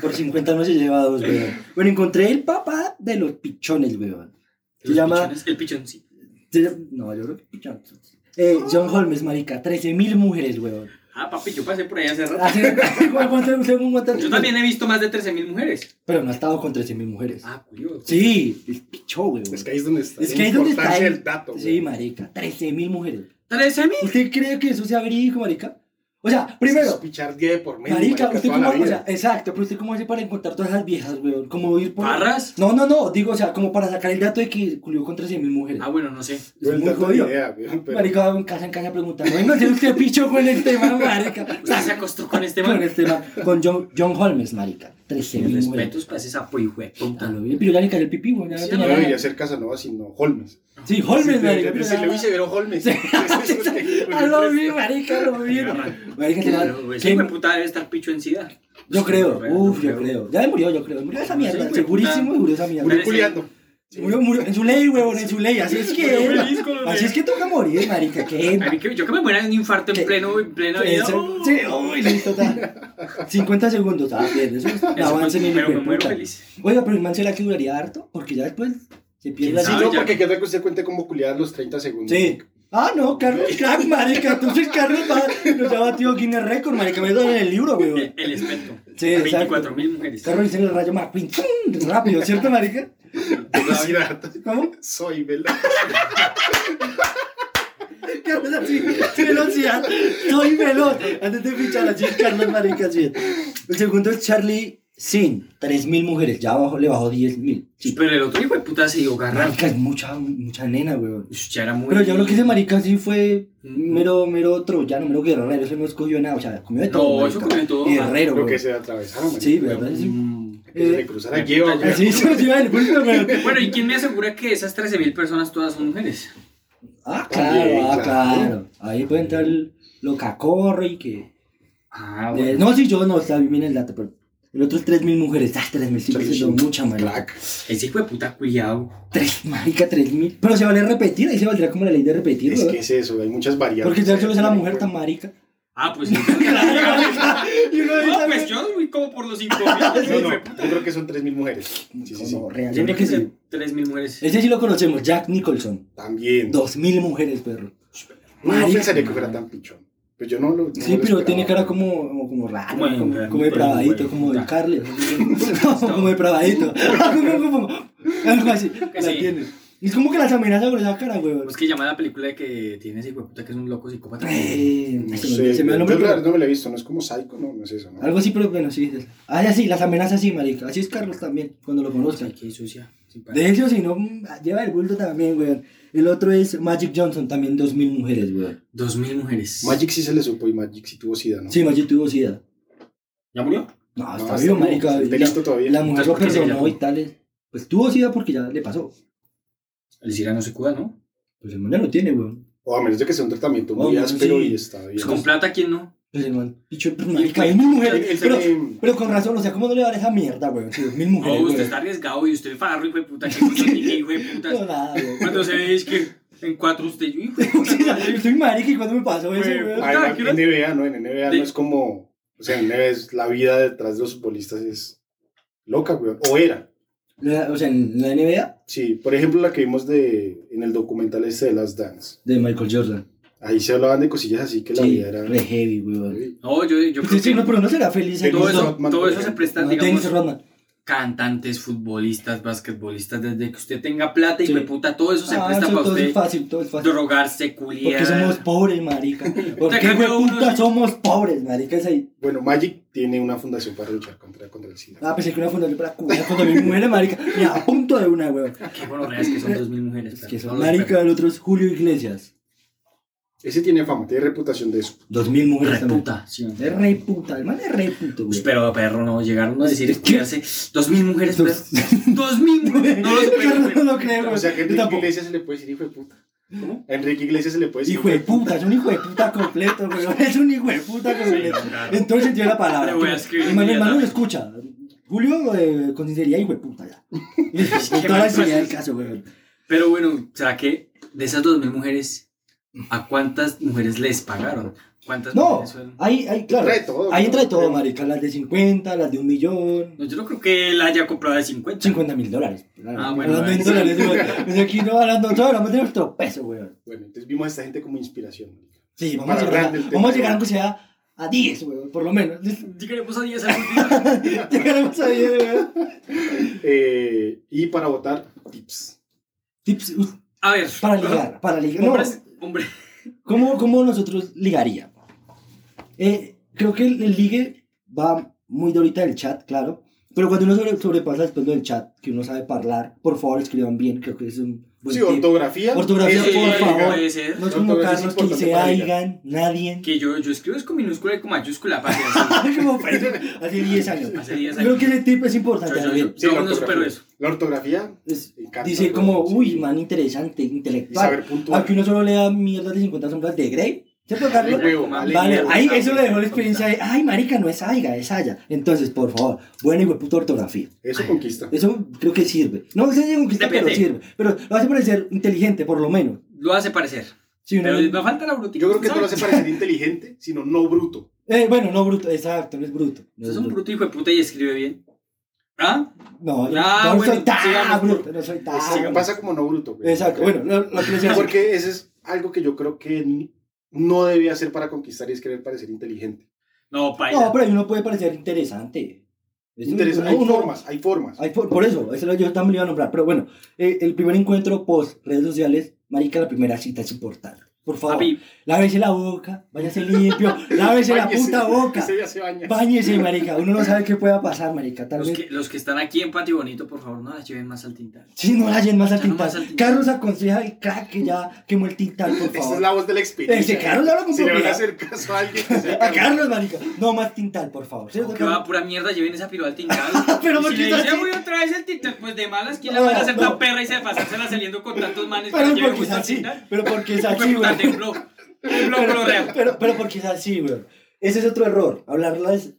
[SPEAKER 2] Por 50 no se lleva dos, weón. Bueno, encontré el papá de los pichones, weón. Se
[SPEAKER 3] Los
[SPEAKER 2] llama...
[SPEAKER 3] pichones, El pichón, sí.
[SPEAKER 2] se- no, yo creo que pichón. Eh, John Holmes, marica. 13.000 mujeres, weón.
[SPEAKER 3] Ah, papi, yo pasé por ahí hace rato.
[SPEAKER 2] Hace- ¿Cuánto- usted cuánto-
[SPEAKER 3] Yo también he visto más de 13.000 mujeres.
[SPEAKER 2] Pero no ha estado con 13.000 mujeres.
[SPEAKER 3] Ah, curioso.
[SPEAKER 2] Sí, el pichó, weón.
[SPEAKER 1] Es que ahí es donde está.
[SPEAKER 2] Es que ahí es donde está
[SPEAKER 1] importancia
[SPEAKER 2] el-
[SPEAKER 1] del dato,
[SPEAKER 2] Sí,
[SPEAKER 1] weón.
[SPEAKER 2] marica. 13.000 mujeres.
[SPEAKER 3] ¿13.000?
[SPEAKER 2] ¿Usted cree que eso sea verídico, marica? O sea, primero...
[SPEAKER 1] Es pichar 10 de por medio.
[SPEAKER 2] Marica, usted
[SPEAKER 1] toda la
[SPEAKER 2] cómo, o
[SPEAKER 1] vida.
[SPEAKER 2] sea, exacto, pero usted cómo hace para encontrar todas esas viejas, weón, como ir por...
[SPEAKER 3] ¿Parras?
[SPEAKER 2] No, no, no, digo, o sea, como para sacar el dato de que culió con 13.000 mujeres.
[SPEAKER 3] Ah, bueno, no sé.
[SPEAKER 2] es
[SPEAKER 1] Yo no
[SPEAKER 2] muy
[SPEAKER 1] tengo
[SPEAKER 2] jodido.
[SPEAKER 1] idea, weón, pero-
[SPEAKER 2] Marica va en casa en casa preguntando, venga, ¿tiene usted picho con el tema, marica?
[SPEAKER 3] Usted se acostó con este
[SPEAKER 2] Con
[SPEAKER 3] man.
[SPEAKER 2] el tema, con John, John Holmes, marica, 13.000
[SPEAKER 3] Mis
[SPEAKER 2] mujeres.
[SPEAKER 3] respetos para ese sapo hijueputa.
[SPEAKER 2] A lo bien, pero ya le cayó el pipí, weón, ya no
[SPEAKER 3] Sí,
[SPEAKER 1] No
[SPEAKER 2] tenía
[SPEAKER 1] debería
[SPEAKER 2] nada.
[SPEAKER 1] ser Casanova, sino Holmes.
[SPEAKER 2] Sí, Holmes,
[SPEAKER 1] Sí, debería
[SPEAKER 2] marica. pero
[SPEAKER 1] decirle,
[SPEAKER 2] nada.
[SPEAKER 1] "Uy, se vieron Holmes.
[SPEAKER 2] A lo bien, marica, a lo bien. Marica, este será-
[SPEAKER 3] Pero ese
[SPEAKER 2] ¿quién-
[SPEAKER 3] hijueputa debe estar picho en sida.
[SPEAKER 2] Yo creo,
[SPEAKER 3] Real,
[SPEAKER 2] uff, yo creo. Ya murió, yo creo. Murió esa
[SPEAKER 3] Sí,
[SPEAKER 2] mierda,
[SPEAKER 3] güey,
[SPEAKER 2] segurísimo
[SPEAKER 3] puta.
[SPEAKER 2] murió esa mierda.
[SPEAKER 1] Murió culiando.
[SPEAKER 2] Murió, murió, en su ley, huevón, en su ley, así es que
[SPEAKER 3] Murió feliz con los
[SPEAKER 2] así es que toca morir, marica, que
[SPEAKER 3] A mí que, yo que me muera de un infarto en
[SPEAKER 2] ¿Qué?
[SPEAKER 3] pleno, en plena vida.
[SPEAKER 2] eso,
[SPEAKER 3] ¡oh!
[SPEAKER 2] sí, uy, listo, ta. 50 segundos, ah, bien, eso es un
[SPEAKER 3] Eso
[SPEAKER 2] avance
[SPEAKER 3] fue-
[SPEAKER 2] en
[SPEAKER 3] pero me
[SPEAKER 2] el
[SPEAKER 3] muero
[SPEAKER 2] puta.
[SPEAKER 3] feliz.
[SPEAKER 2] Oiga, pero el man será que duraría harto, porque ya después se pierde
[SPEAKER 3] ¿Quién
[SPEAKER 1] Sí,
[SPEAKER 2] así.
[SPEAKER 3] sabe?
[SPEAKER 1] no,
[SPEAKER 3] ya.
[SPEAKER 1] porque quiero que usted cuente cómo culiar los 30 segundos.
[SPEAKER 2] Ah, Sí. Ah, no, Carlos crack, marica, entonces Carlos va, nos ha batido Guinness Record, marica, me lo en el libro,
[SPEAKER 3] El
[SPEAKER 2] huevón.
[SPEAKER 3] el espectro.
[SPEAKER 2] Sí, exacto.
[SPEAKER 3] 24 mil mujeres.
[SPEAKER 2] Carlos dice en el rayo McQueen, ¡pum! rápido, ¿cierto, marica?
[SPEAKER 1] Velocidad.
[SPEAKER 2] ¿Cómo?
[SPEAKER 1] Soy veloz.
[SPEAKER 2] Carlos así, velocidad, soy veloz. Antes de fichar así, es Carlos Marica, así. El segundo es Charlie Sin, 3.000 mujeres, ya bajó, le bajó 10.000. Sí.
[SPEAKER 3] Pero el otro hijo de puta se dio garra.
[SPEAKER 2] Marica, es mucha, mucha nena, weón.
[SPEAKER 3] Ya era muy.
[SPEAKER 2] Pero yo creo que ese marica sí fue mero, mero troyano, mero guerrero, eso no escogió nada, o sea, comió de
[SPEAKER 3] No,
[SPEAKER 2] todo. marica.
[SPEAKER 3] eso comió de todo,
[SPEAKER 2] Guerrero,
[SPEAKER 1] Lo que
[SPEAKER 2] weón.
[SPEAKER 1] se atravesaron. marica.
[SPEAKER 2] Sí, verdad, sí.
[SPEAKER 3] Mm.
[SPEAKER 1] Que se
[SPEAKER 2] Eh,
[SPEAKER 1] le cruzara lleva.
[SPEAKER 3] puta,
[SPEAKER 2] Así se nos iba el punto, weón.
[SPEAKER 3] Bueno, ¿y quién me asegura que esas 13 mil personas todas son mujeres?
[SPEAKER 2] Ah,
[SPEAKER 1] También,
[SPEAKER 2] claro, ah,
[SPEAKER 1] claro.
[SPEAKER 2] claro. Ahí puede entrar el locacorro y que...
[SPEAKER 3] Ah,
[SPEAKER 2] Eh, no, sí, yo no, está bien el dato, pero El otro es 3.000 mujeres. Ah, 3.000 siempre
[SPEAKER 1] Charlie
[SPEAKER 2] se
[SPEAKER 1] Sheen,
[SPEAKER 2] mucha, marica.
[SPEAKER 1] Crack.
[SPEAKER 3] Ese hijo de puta cuidado.
[SPEAKER 2] Tres, marica, 3.000. Pero se vale repetir, ahí se valdrá como la ley de repetir,
[SPEAKER 1] Es
[SPEAKER 2] weón.
[SPEAKER 1] que es eso, hay muchas variantes.
[SPEAKER 2] Porque ya solo es a la mujer tan marica.
[SPEAKER 3] Ah, pues. no,
[SPEAKER 2] y uno dice,
[SPEAKER 3] pues yo voy como por los 5 mil.
[SPEAKER 1] No, no, yo creo que son 3.000 mujeres. Sí, sí, sí.
[SPEAKER 2] como real,
[SPEAKER 3] Yo
[SPEAKER 2] yo
[SPEAKER 3] creo
[SPEAKER 2] que sí.
[SPEAKER 3] que 3 mil mujeres.
[SPEAKER 2] Ese sí lo conocemos, Jack Nicholson.
[SPEAKER 1] También. No,
[SPEAKER 2] 2.000 mujeres, perro.
[SPEAKER 1] no
[SPEAKER 2] Marica,
[SPEAKER 1] pensaría que fuera
[SPEAKER 2] marica.
[SPEAKER 1] tan pichón. Pues yo no lo. no
[SPEAKER 2] Sí,
[SPEAKER 1] lo
[SPEAKER 2] pero
[SPEAKER 1] esperaba.
[SPEAKER 2] tiene cara como, como, como raro,
[SPEAKER 3] Como de-
[SPEAKER 2] como,
[SPEAKER 3] de-
[SPEAKER 2] como de
[SPEAKER 3] de-
[SPEAKER 2] pravadito,
[SPEAKER 3] de-
[SPEAKER 2] como de
[SPEAKER 3] de-
[SPEAKER 2] Carles. como de pravadito. como, como, algo así.
[SPEAKER 3] Que
[SPEAKER 2] la
[SPEAKER 3] sí. Pues,
[SPEAKER 2] tiene. Y es como que las amenaza con esa cara, güey.
[SPEAKER 3] Es que llama la película de que tiene ese hijo de puta que es un loco psicópata.
[SPEAKER 2] Eh,
[SPEAKER 1] No
[SPEAKER 2] se me-
[SPEAKER 1] sé,
[SPEAKER 2] se
[SPEAKER 1] yo
[SPEAKER 2] me da el
[SPEAKER 1] la
[SPEAKER 2] nombre,
[SPEAKER 1] verdad
[SPEAKER 2] pero-
[SPEAKER 1] no me la he visto, no es como Psycho, no, no es eso, ¿no?
[SPEAKER 2] Algo así, pero bueno, sí. es- Ah, ya sí, las amenazas sí, marica. Así es Carlos también, cuando lo conozcan.
[SPEAKER 3] Ay, qué sucia.
[SPEAKER 2] De hecho, si no, mm, lleva el bulto también, güey. El otro es Magic Johnson, también 2000 mujeres, güey.
[SPEAKER 3] 2000 mujeres.
[SPEAKER 1] Magic sí se le supo y Magic sí tuvo sida, ¿no?
[SPEAKER 2] Sí, Magic tuvo sida.
[SPEAKER 3] ¿Ya murió?
[SPEAKER 2] No,
[SPEAKER 1] No,
[SPEAKER 2] está
[SPEAKER 1] hasta
[SPEAKER 2] vivo,
[SPEAKER 1] como
[SPEAKER 2] marica.
[SPEAKER 1] el
[SPEAKER 2] y
[SPEAKER 1] pelito todavía.
[SPEAKER 2] La, la mujer lo
[SPEAKER 3] ¿por qué se
[SPEAKER 2] perdonó
[SPEAKER 3] llamó?
[SPEAKER 2] y tales. Pues tuvo sida porque ya le pasó.
[SPEAKER 3] El Cira no se cuida, ¿no?
[SPEAKER 2] Pues el man ya lo tiene, güey.
[SPEAKER 1] O a menos de que sea un tratamiento muy
[SPEAKER 2] Oh, no,
[SPEAKER 1] áspero
[SPEAKER 2] sí.
[SPEAKER 1] y está bien.
[SPEAKER 3] Pues con plata, ¿quién no?
[SPEAKER 2] Pues el man, picho, pues marica,
[SPEAKER 1] marica,
[SPEAKER 2] mil
[SPEAKER 1] Él-
[SPEAKER 2] mujeres.
[SPEAKER 1] él
[SPEAKER 2] Pero,
[SPEAKER 1] también-
[SPEAKER 2] pero con razón, o sea, ¿cómo no le vale esa mierda, güey? Sí, mil
[SPEAKER 3] No,
[SPEAKER 2] mujeres, güey.
[SPEAKER 3] usted está arriesgado y usted farro, hijo de puta, que no tiene hijo de
[SPEAKER 2] No,
[SPEAKER 3] puta.
[SPEAKER 2] nada, güey.
[SPEAKER 3] Cuando se ve es que en cuatro usted, yo, hijo de puta.
[SPEAKER 2] Sí, yo soy marica y cuando me pasó eso,
[SPEAKER 3] Güey,
[SPEAKER 2] güey.
[SPEAKER 3] puta,
[SPEAKER 1] Ah,
[SPEAKER 3] ¿qué
[SPEAKER 1] en
[SPEAKER 3] hora-
[SPEAKER 1] NBA, ¿no? En NBA
[SPEAKER 3] De-
[SPEAKER 1] no es como. O sea, en NBA es la vida detrás de los futbolistas es loca, güey. O era.
[SPEAKER 2] La- O sea, en la NBA
[SPEAKER 1] Sí, por ejemplo, la que vimos de, en el documental este de Las Dance.
[SPEAKER 2] de Michael Jordan.
[SPEAKER 1] Ahí se hablaban de cosillas así que la
[SPEAKER 2] Sí,
[SPEAKER 1] vida era.
[SPEAKER 2] re heavy, güey.
[SPEAKER 1] Sí.
[SPEAKER 3] No, yo, yo
[SPEAKER 2] Sí,
[SPEAKER 3] creo
[SPEAKER 2] sí,
[SPEAKER 3] que
[SPEAKER 2] no, pero no será feliz.
[SPEAKER 1] De
[SPEAKER 2] ahí,
[SPEAKER 3] todo eso,
[SPEAKER 1] Rodman,
[SPEAKER 3] todo
[SPEAKER 1] por
[SPEAKER 3] eso se
[SPEAKER 1] ejemplo.
[SPEAKER 3] presta,
[SPEAKER 2] No,
[SPEAKER 3] digamos,
[SPEAKER 2] Dennis Rodman.
[SPEAKER 3] cantantes, futbolistas, basquetbolistas, desde que usted tenga plata y
[SPEAKER 2] Sí.
[SPEAKER 3] me puta, todo eso se
[SPEAKER 2] Ah,
[SPEAKER 3] presta
[SPEAKER 2] eso
[SPEAKER 3] para
[SPEAKER 2] todo es
[SPEAKER 3] usted
[SPEAKER 2] fácil, todo es fácil.
[SPEAKER 3] drogarse, culiar.
[SPEAKER 2] Porque somos pobres, marica.
[SPEAKER 3] Te
[SPEAKER 2] Porque
[SPEAKER 3] cambió uno,
[SPEAKER 2] puta
[SPEAKER 3] sí.
[SPEAKER 2] somos pobres, marica. Es ahí.
[SPEAKER 1] Bueno, Magic tiene una fundación para luchar contra, contra el SIDA.
[SPEAKER 2] Ah, pensé que una fundación para cuidar cuando mi mujer, marica. Me apunto de una, weón.
[SPEAKER 3] Qué bueno, real, es que son dos mil mujeres.
[SPEAKER 2] Es
[SPEAKER 3] pero
[SPEAKER 2] que
[SPEAKER 3] no
[SPEAKER 2] son
[SPEAKER 3] los
[SPEAKER 2] marica, el otro es Julio Iglesias.
[SPEAKER 1] Ese tiene fama, tiene reputación de eso.
[SPEAKER 2] Dos mil
[SPEAKER 3] perros.
[SPEAKER 2] mujeres
[SPEAKER 3] Re
[SPEAKER 2] también.
[SPEAKER 3] puta, sí.
[SPEAKER 2] Es re puta, el man es re puto,
[SPEAKER 3] Pues,
[SPEAKER 2] güey.
[SPEAKER 3] pero perro, no llegaron a decir cuidarse. Dos mil mujeres, perro.
[SPEAKER 2] Dos-
[SPEAKER 3] Dos mil mujeres. No lo supero,
[SPEAKER 2] no
[SPEAKER 3] perro.
[SPEAKER 2] lo creo, güey.
[SPEAKER 1] O sea, que a
[SPEAKER 2] Yo
[SPEAKER 1] Enrique
[SPEAKER 2] tampoco.
[SPEAKER 1] Iglesias se le puede decir hijo de puta. A Enrique Iglesias se le puede decir
[SPEAKER 2] Hijo de puta, es un hijo de puta completo, güey. Es un hijo de puta completo.
[SPEAKER 3] claro.
[SPEAKER 2] En todo el sentido de la palabra.
[SPEAKER 3] Le voy a escribir
[SPEAKER 2] El man- el man no
[SPEAKER 3] inmediata.
[SPEAKER 2] lo escucha. Julio, eh, con sinceridad, hijo de puta, ya. Con
[SPEAKER 3] que
[SPEAKER 2] toda
[SPEAKER 3] mal
[SPEAKER 2] la seriedad del
[SPEAKER 3] paso.
[SPEAKER 2] caso, güey.
[SPEAKER 3] Pero bueno, ¿será que de esas dos mil mujeres, a cuántas mujeres les pagaron? ¿Cuántas
[SPEAKER 2] No,
[SPEAKER 3] mujeres fueron?
[SPEAKER 2] ahí, ahí, claro.
[SPEAKER 1] Entra de todo,
[SPEAKER 2] Ahí
[SPEAKER 1] ¿no?
[SPEAKER 2] entra de todo,
[SPEAKER 1] Pero-
[SPEAKER 2] marica. Las de 50, las de un millón.
[SPEAKER 3] No, yo no creo que él haya comprado de 50.
[SPEAKER 2] 50 mil dólares.
[SPEAKER 3] Ah, bueno,
[SPEAKER 2] Hablando en
[SPEAKER 3] ahí.
[SPEAKER 2] dólares, güey. Pues Aquí no hablando todo, hablamos de nuestro peso, güey.
[SPEAKER 1] Bueno, entonces vimos a esta gente como inspiración.
[SPEAKER 2] Sí, vamos
[SPEAKER 1] Para
[SPEAKER 2] a
[SPEAKER 1] hablar
[SPEAKER 2] llegar,
[SPEAKER 1] del
[SPEAKER 2] a-
[SPEAKER 1] tema.
[SPEAKER 2] vamos a llegar aunque sea a 10, güey, por lo menos.
[SPEAKER 3] Llegaremos a 10 algún día.
[SPEAKER 2] Llegaremos a 10, güey.
[SPEAKER 1] Eh, y para votar, tips.
[SPEAKER 2] Tips uh,
[SPEAKER 3] A ver.
[SPEAKER 2] para ligar, para ligar. No,
[SPEAKER 3] Hombres, hombre.
[SPEAKER 2] ¿Cómo, cómo nosotros ligaríamos? Eh, creo que el, el ligue va muy de ahorita del chat, claro. Pero cuando uno sobre- sobrepasa después del chat, que uno sabe hablar, por favor escriban bien, creo que es un buen
[SPEAKER 1] Sí,
[SPEAKER 2] tip.
[SPEAKER 1] ortografía. Eh,
[SPEAKER 2] Ortografía,
[SPEAKER 1] Eso
[SPEAKER 2] por
[SPEAKER 1] puede
[SPEAKER 2] favor.
[SPEAKER 1] llegar.
[SPEAKER 3] Puede ser.
[SPEAKER 2] No es como
[SPEAKER 1] Ortografía es
[SPEAKER 2] Carlos que
[SPEAKER 1] importante
[SPEAKER 2] se
[SPEAKER 1] para ligar.
[SPEAKER 2] aigan, nadie.
[SPEAKER 3] Que yo, yo escribo es con minúscula y con mayúscula. Para que así.
[SPEAKER 2] Como parece, hace 10 años.
[SPEAKER 3] Hace 10
[SPEAKER 2] Creo
[SPEAKER 3] años.
[SPEAKER 2] que ese tip es importante
[SPEAKER 3] Yo- yo-
[SPEAKER 2] también.
[SPEAKER 1] Sí,
[SPEAKER 3] No,
[SPEAKER 1] la
[SPEAKER 3] no
[SPEAKER 1] ortografía.
[SPEAKER 3] supero eso.
[SPEAKER 1] La ortografía
[SPEAKER 2] Es-
[SPEAKER 1] encanta,
[SPEAKER 2] dice
[SPEAKER 1] güey,
[SPEAKER 2] como,
[SPEAKER 1] sí.
[SPEAKER 2] uy, man, interesante,
[SPEAKER 1] Y saber
[SPEAKER 2] intelectual.
[SPEAKER 1] puntuar.
[SPEAKER 2] Aunque uno solo lea mierdas de 50 sombras de Grey. ¿Cierto, Carlos?
[SPEAKER 1] Vale, huevo,
[SPEAKER 3] Vale,
[SPEAKER 2] Vale,
[SPEAKER 1] huevo.
[SPEAKER 2] ahí eso le dejó la experiencia de, ay, marica, no es aiga, es haya. Entonces, por favor, buena y puta ortografía.
[SPEAKER 1] Eso conquista.
[SPEAKER 2] Eso creo que sirve. No sé si conquista, pero
[SPEAKER 3] Depende.
[SPEAKER 2] sirve. Pero lo hace parecer inteligente, por lo menos.
[SPEAKER 3] Lo hace parecer.
[SPEAKER 2] Si uno-
[SPEAKER 3] Pero me falta la brutica.
[SPEAKER 1] Yo creo que
[SPEAKER 3] ¿sabes?
[SPEAKER 1] no lo hace parecer inteligente, sino no bruto.
[SPEAKER 2] Eh, bueno, no bruto, exacto, no es bruto. No,
[SPEAKER 3] Usted
[SPEAKER 2] es
[SPEAKER 3] es un
[SPEAKER 2] bruto.
[SPEAKER 3] bruto hijo de puta y escribe bien. ¿Ah?
[SPEAKER 2] no, yo-
[SPEAKER 3] Ah,
[SPEAKER 2] no
[SPEAKER 3] bueno,
[SPEAKER 2] soy tan
[SPEAKER 3] sigamos,
[SPEAKER 2] bruto, no soy tan
[SPEAKER 1] Es-
[SPEAKER 2] bruto.
[SPEAKER 1] pasa como no bruto. güey.
[SPEAKER 2] Ah, Exacto, bueno, lo, lo que les decía.
[SPEAKER 1] Porque eso es algo que yo creo que n- no debe hacer para conquistar y es querer parecer inteligente.
[SPEAKER 3] No, paila.
[SPEAKER 2] No, pero ahí uno puede parecer interesante. Es un-
[SPEAKER 1] Interes-
[SPEAKER 2] uno-
[SPEAKER 1] hay
[SPEAKER 2] uno-
[SPEAKER 1] formas, hay formas.
[SPEAKER 2] hay for- por eso, eso lo- yo también lo iba a nombrar. Pero bueno, eh, el primer encuentro post redes sociales, marica, la primera cita es importante. Por favor,
[SPEAKER 3] Papi,
[SPEAKER 2] lávese la boca, váyase limpio, lávese la
[SPEAKER 1] Báñese,
[SPEAKER 2] puta boca,
[SPEAKER 1] ese día se baña.
[SPEAKER 2] báñese, marica. Uno no sabe qué pueda pasar, marica. Tal
[SPEAKER 3] los
[SPEAKER 2] vez
[SPEAKER 3] que, los que están aquí en Patio Bonito, por favor, no las lleven más al tintal.
[SPEAKER 2] si no la llenen más al
[SPEAKER 3] Ya no
[SPEAKER 2] tintal.
[SPEAKER 3] más al tintal.
[SPEAKER 2] Carlos aconseja el crack que ya quemó el tintal, por
[SPEAKER 1] Esa
[SPEAKER 2] favor.
[SPEAKER 1] es la voz de la experiencia. ¿eh?
[SPEAKER 2] Ese Carlos habla con
[SPEAKER 1] si le van a
[SPEAKER 2] propiedad.
[SPEAKER 1] hacer caso a alguien, que sea
[SPEAKER 2] A Carlos, marica, no más tintal, por favor. ¿Cierto,
[SPEAKER 3] Que va
[SPEAKER 2] Carlos?
[SPEAKER 3] pura mierda, lleven esa piroa al tintal.
[SPEAKER 2] Pero
[SPEAKER 3] Y
[SPEAKER 2] ¿por
[SPEAKER 3] si
[SPEAKER 2] qué
[SPEAKER 3] le
[SPEAKER 2] está
[SPEAKER 3] dice,
[SPEAKER 2] así?
[SPEAKER 3] voy otra vez al tintal, pues de malas, ¿quién
[SPEAKER 2] No,
[SPEAKER 3] la va a hacer
[SPEAKER 2] no.
[SPEAKER 3] tan perra y se pasársela saliendo con tantos manes que la
[SPEAKER 2] Pero
[SPEAKER 3] lleven
[SPEAKER 2] porque es
[SPEAKER 3] justo al
[SPEAKER 2] así,
[SPEAKER 3] tintal?
[SPEAKER 2] pero porque es
[SPEAKER 3] Hijo de
[SPEAKER 2] así,
[SPEAKER 3] puta,
[SPEAKER 2] güey.
[SPEAKER 3] Tembló, tembló,
[SPEAKER 2] pero,
[SPEAKER 3] colorrea.
[SPEAKER 2] pero, pero porque es así, güey. Ese es otro error. Hablarlas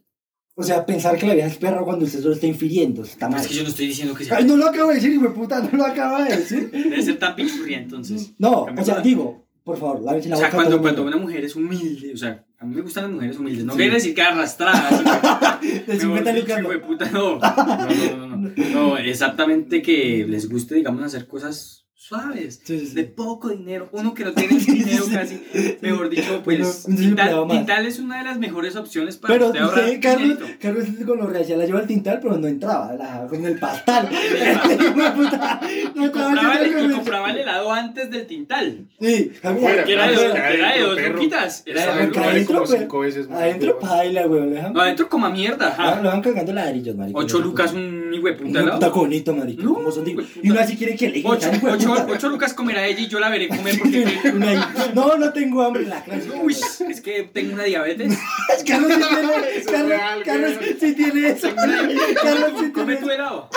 [SPEAKER 2] O sea, pensar que la vieja es perra cuando usted solo está infiriendo, está
[SPEAKER 3] Pero
[SPEAKER 2] mal.
[SPEAKER 3] Pues es que yo no estoy diciendo que sea.
[SPEAKER 2] Ay, no lo acabo de decir, hijo de puta, no lo acabo de decir.
[SPEAKER 3] Debe ser tan pichurria entonces.
[SPEAKER 2] No, o
[SPEAKER 3] Cambiemos
[SPEAKER 2] sea,
[SPEAKER 3] la-
[SPEAKER 2] digo, por favor, lávense la
[SPEAKER 3] O
[SPEAKER 2] boca.
[SPEAKER 3] sea, cuando,
[SPEAKER 2] todo el
[SPEAKER 3] cuando
[SPEAKER 2] mundo.
[SPEAKER 3] una mujer es humilde, o sea, a mí me gustan las mujeres humildes. No
[SPEAKER 2] Sí.
[SPEAKER 3] quiere decir que arrastrada. así que-
[SPEAKER 2] De 50 lucas,
[SPEAKER 3] mejor dicho,
[SPEAKER 2] no.
[SPEAKER 3] hijueputa, no. No, no, no, no. No, exactamente que les guste, digamos, hacer cosas suaves.
[SPEAKER 2] Sí, sí, sí.
[SPEAKER 3] De poco dinero, uno que no tiene dinero casi, mejor dicho,
[SPEAKER 2] Bueno,
[SPEAKER 3] pues
[SPEAKER 2] entonces empleado
[SPEAKER 3] Tintal,
[SPEAKER 2] más.
[SPEAKER 3] Tintal es una de las mejores opciones para
[SPEAKER 2] Pero
[SPEAKER 3] usted ahorrar
[SPEAKER 2] usted, Carlos,
[SPEAKER 3] dinerito.
[SPEAKER 2] Carlos con lo real, la lleva al tintal, pero no entraba, la dejaba con el pastal. Hijo de puta, no
[SPEAKER 3] Y
[SPEAKER 2] estaba haciendo
[SPEAKER 3] compraba, el, y
[SPEAKER 2] con el-
[SPEAKER 3] compraba el helado antes del Tintal,
[SPEAKER 2] Sí,
[SPEAKER 1] Fuera,
[SPEAKER 3] que era
[SPEAKER 1] claro,
[SPEAKER 3] de, dos-
[SPEAKER 1] era
[SPEAKER 3] era de
[SPEAKER 1] adentro,
[SPEAKER 3] dos
[SPEAKER 1] perro.
[SPEAKER 3] luquitas, era
[SPEAKER 2] Estaba
[SPEAKER 3] de dos
[SPEAKER 2] en
[SPEAKER 3] luquitas.
[SPEAKER 1] vale como
[SPEAKER 2] pero-
[SPEAKER 1] cinco veces más.
[SPEAKER 2] adentro paila, güey, le
[SPEAKER 3] No,
[SPEAKER 2] dejan.
[SPEAKER 3] adentro como a mierda, ajá.
[SPEAKER 2] Lo van cagando ladrillos, marico. Hijo
[SPEAKER 3] Ocho
[SPEAKER 2] de
[SPEAKER 3] lucas
[SPEAKER 2] puta.
[SPEAKER 3] un hijueputa
[SPEAKER 2] Un
[SPEAKER 3] helado.
[SPEAKER 2] taconito, marico.
[SPEAKER 3] No,
[SPEAKER 2] como son de-
[SPEAKER 3] hijo de puta.
[SPEAKER 2] Y uno así quiere que le
[SPEAKER 3] Ocho,
[SPEAKER 2] tan, güey,
[SPEAKER 3] ocho,
[SPEAKER 2] puta.
[SPEAKER 3] ocho lucas comerá ella y yo la veré comer porque...
[SPEAKER 2] Una ahí, No, no tengo hambre, la clase.
[SPEAKER 3] Uy, es que tengo una diabetes.
[SPEAKER 2] Carlos sí tiene,
[SPEAKER 1] Eso es
[SPEAKER 2] Carlos,
[SPEAKER 1] real,
[SPEAKER 2] Carlos
[SPEAKER 1] güey.
[SPEAKER 2] sí tiene eso. Carlos sí tiene
[SPEAKER 3] Come tu
[SPEAKER 2] eso.
[SPEAKER 3] helado.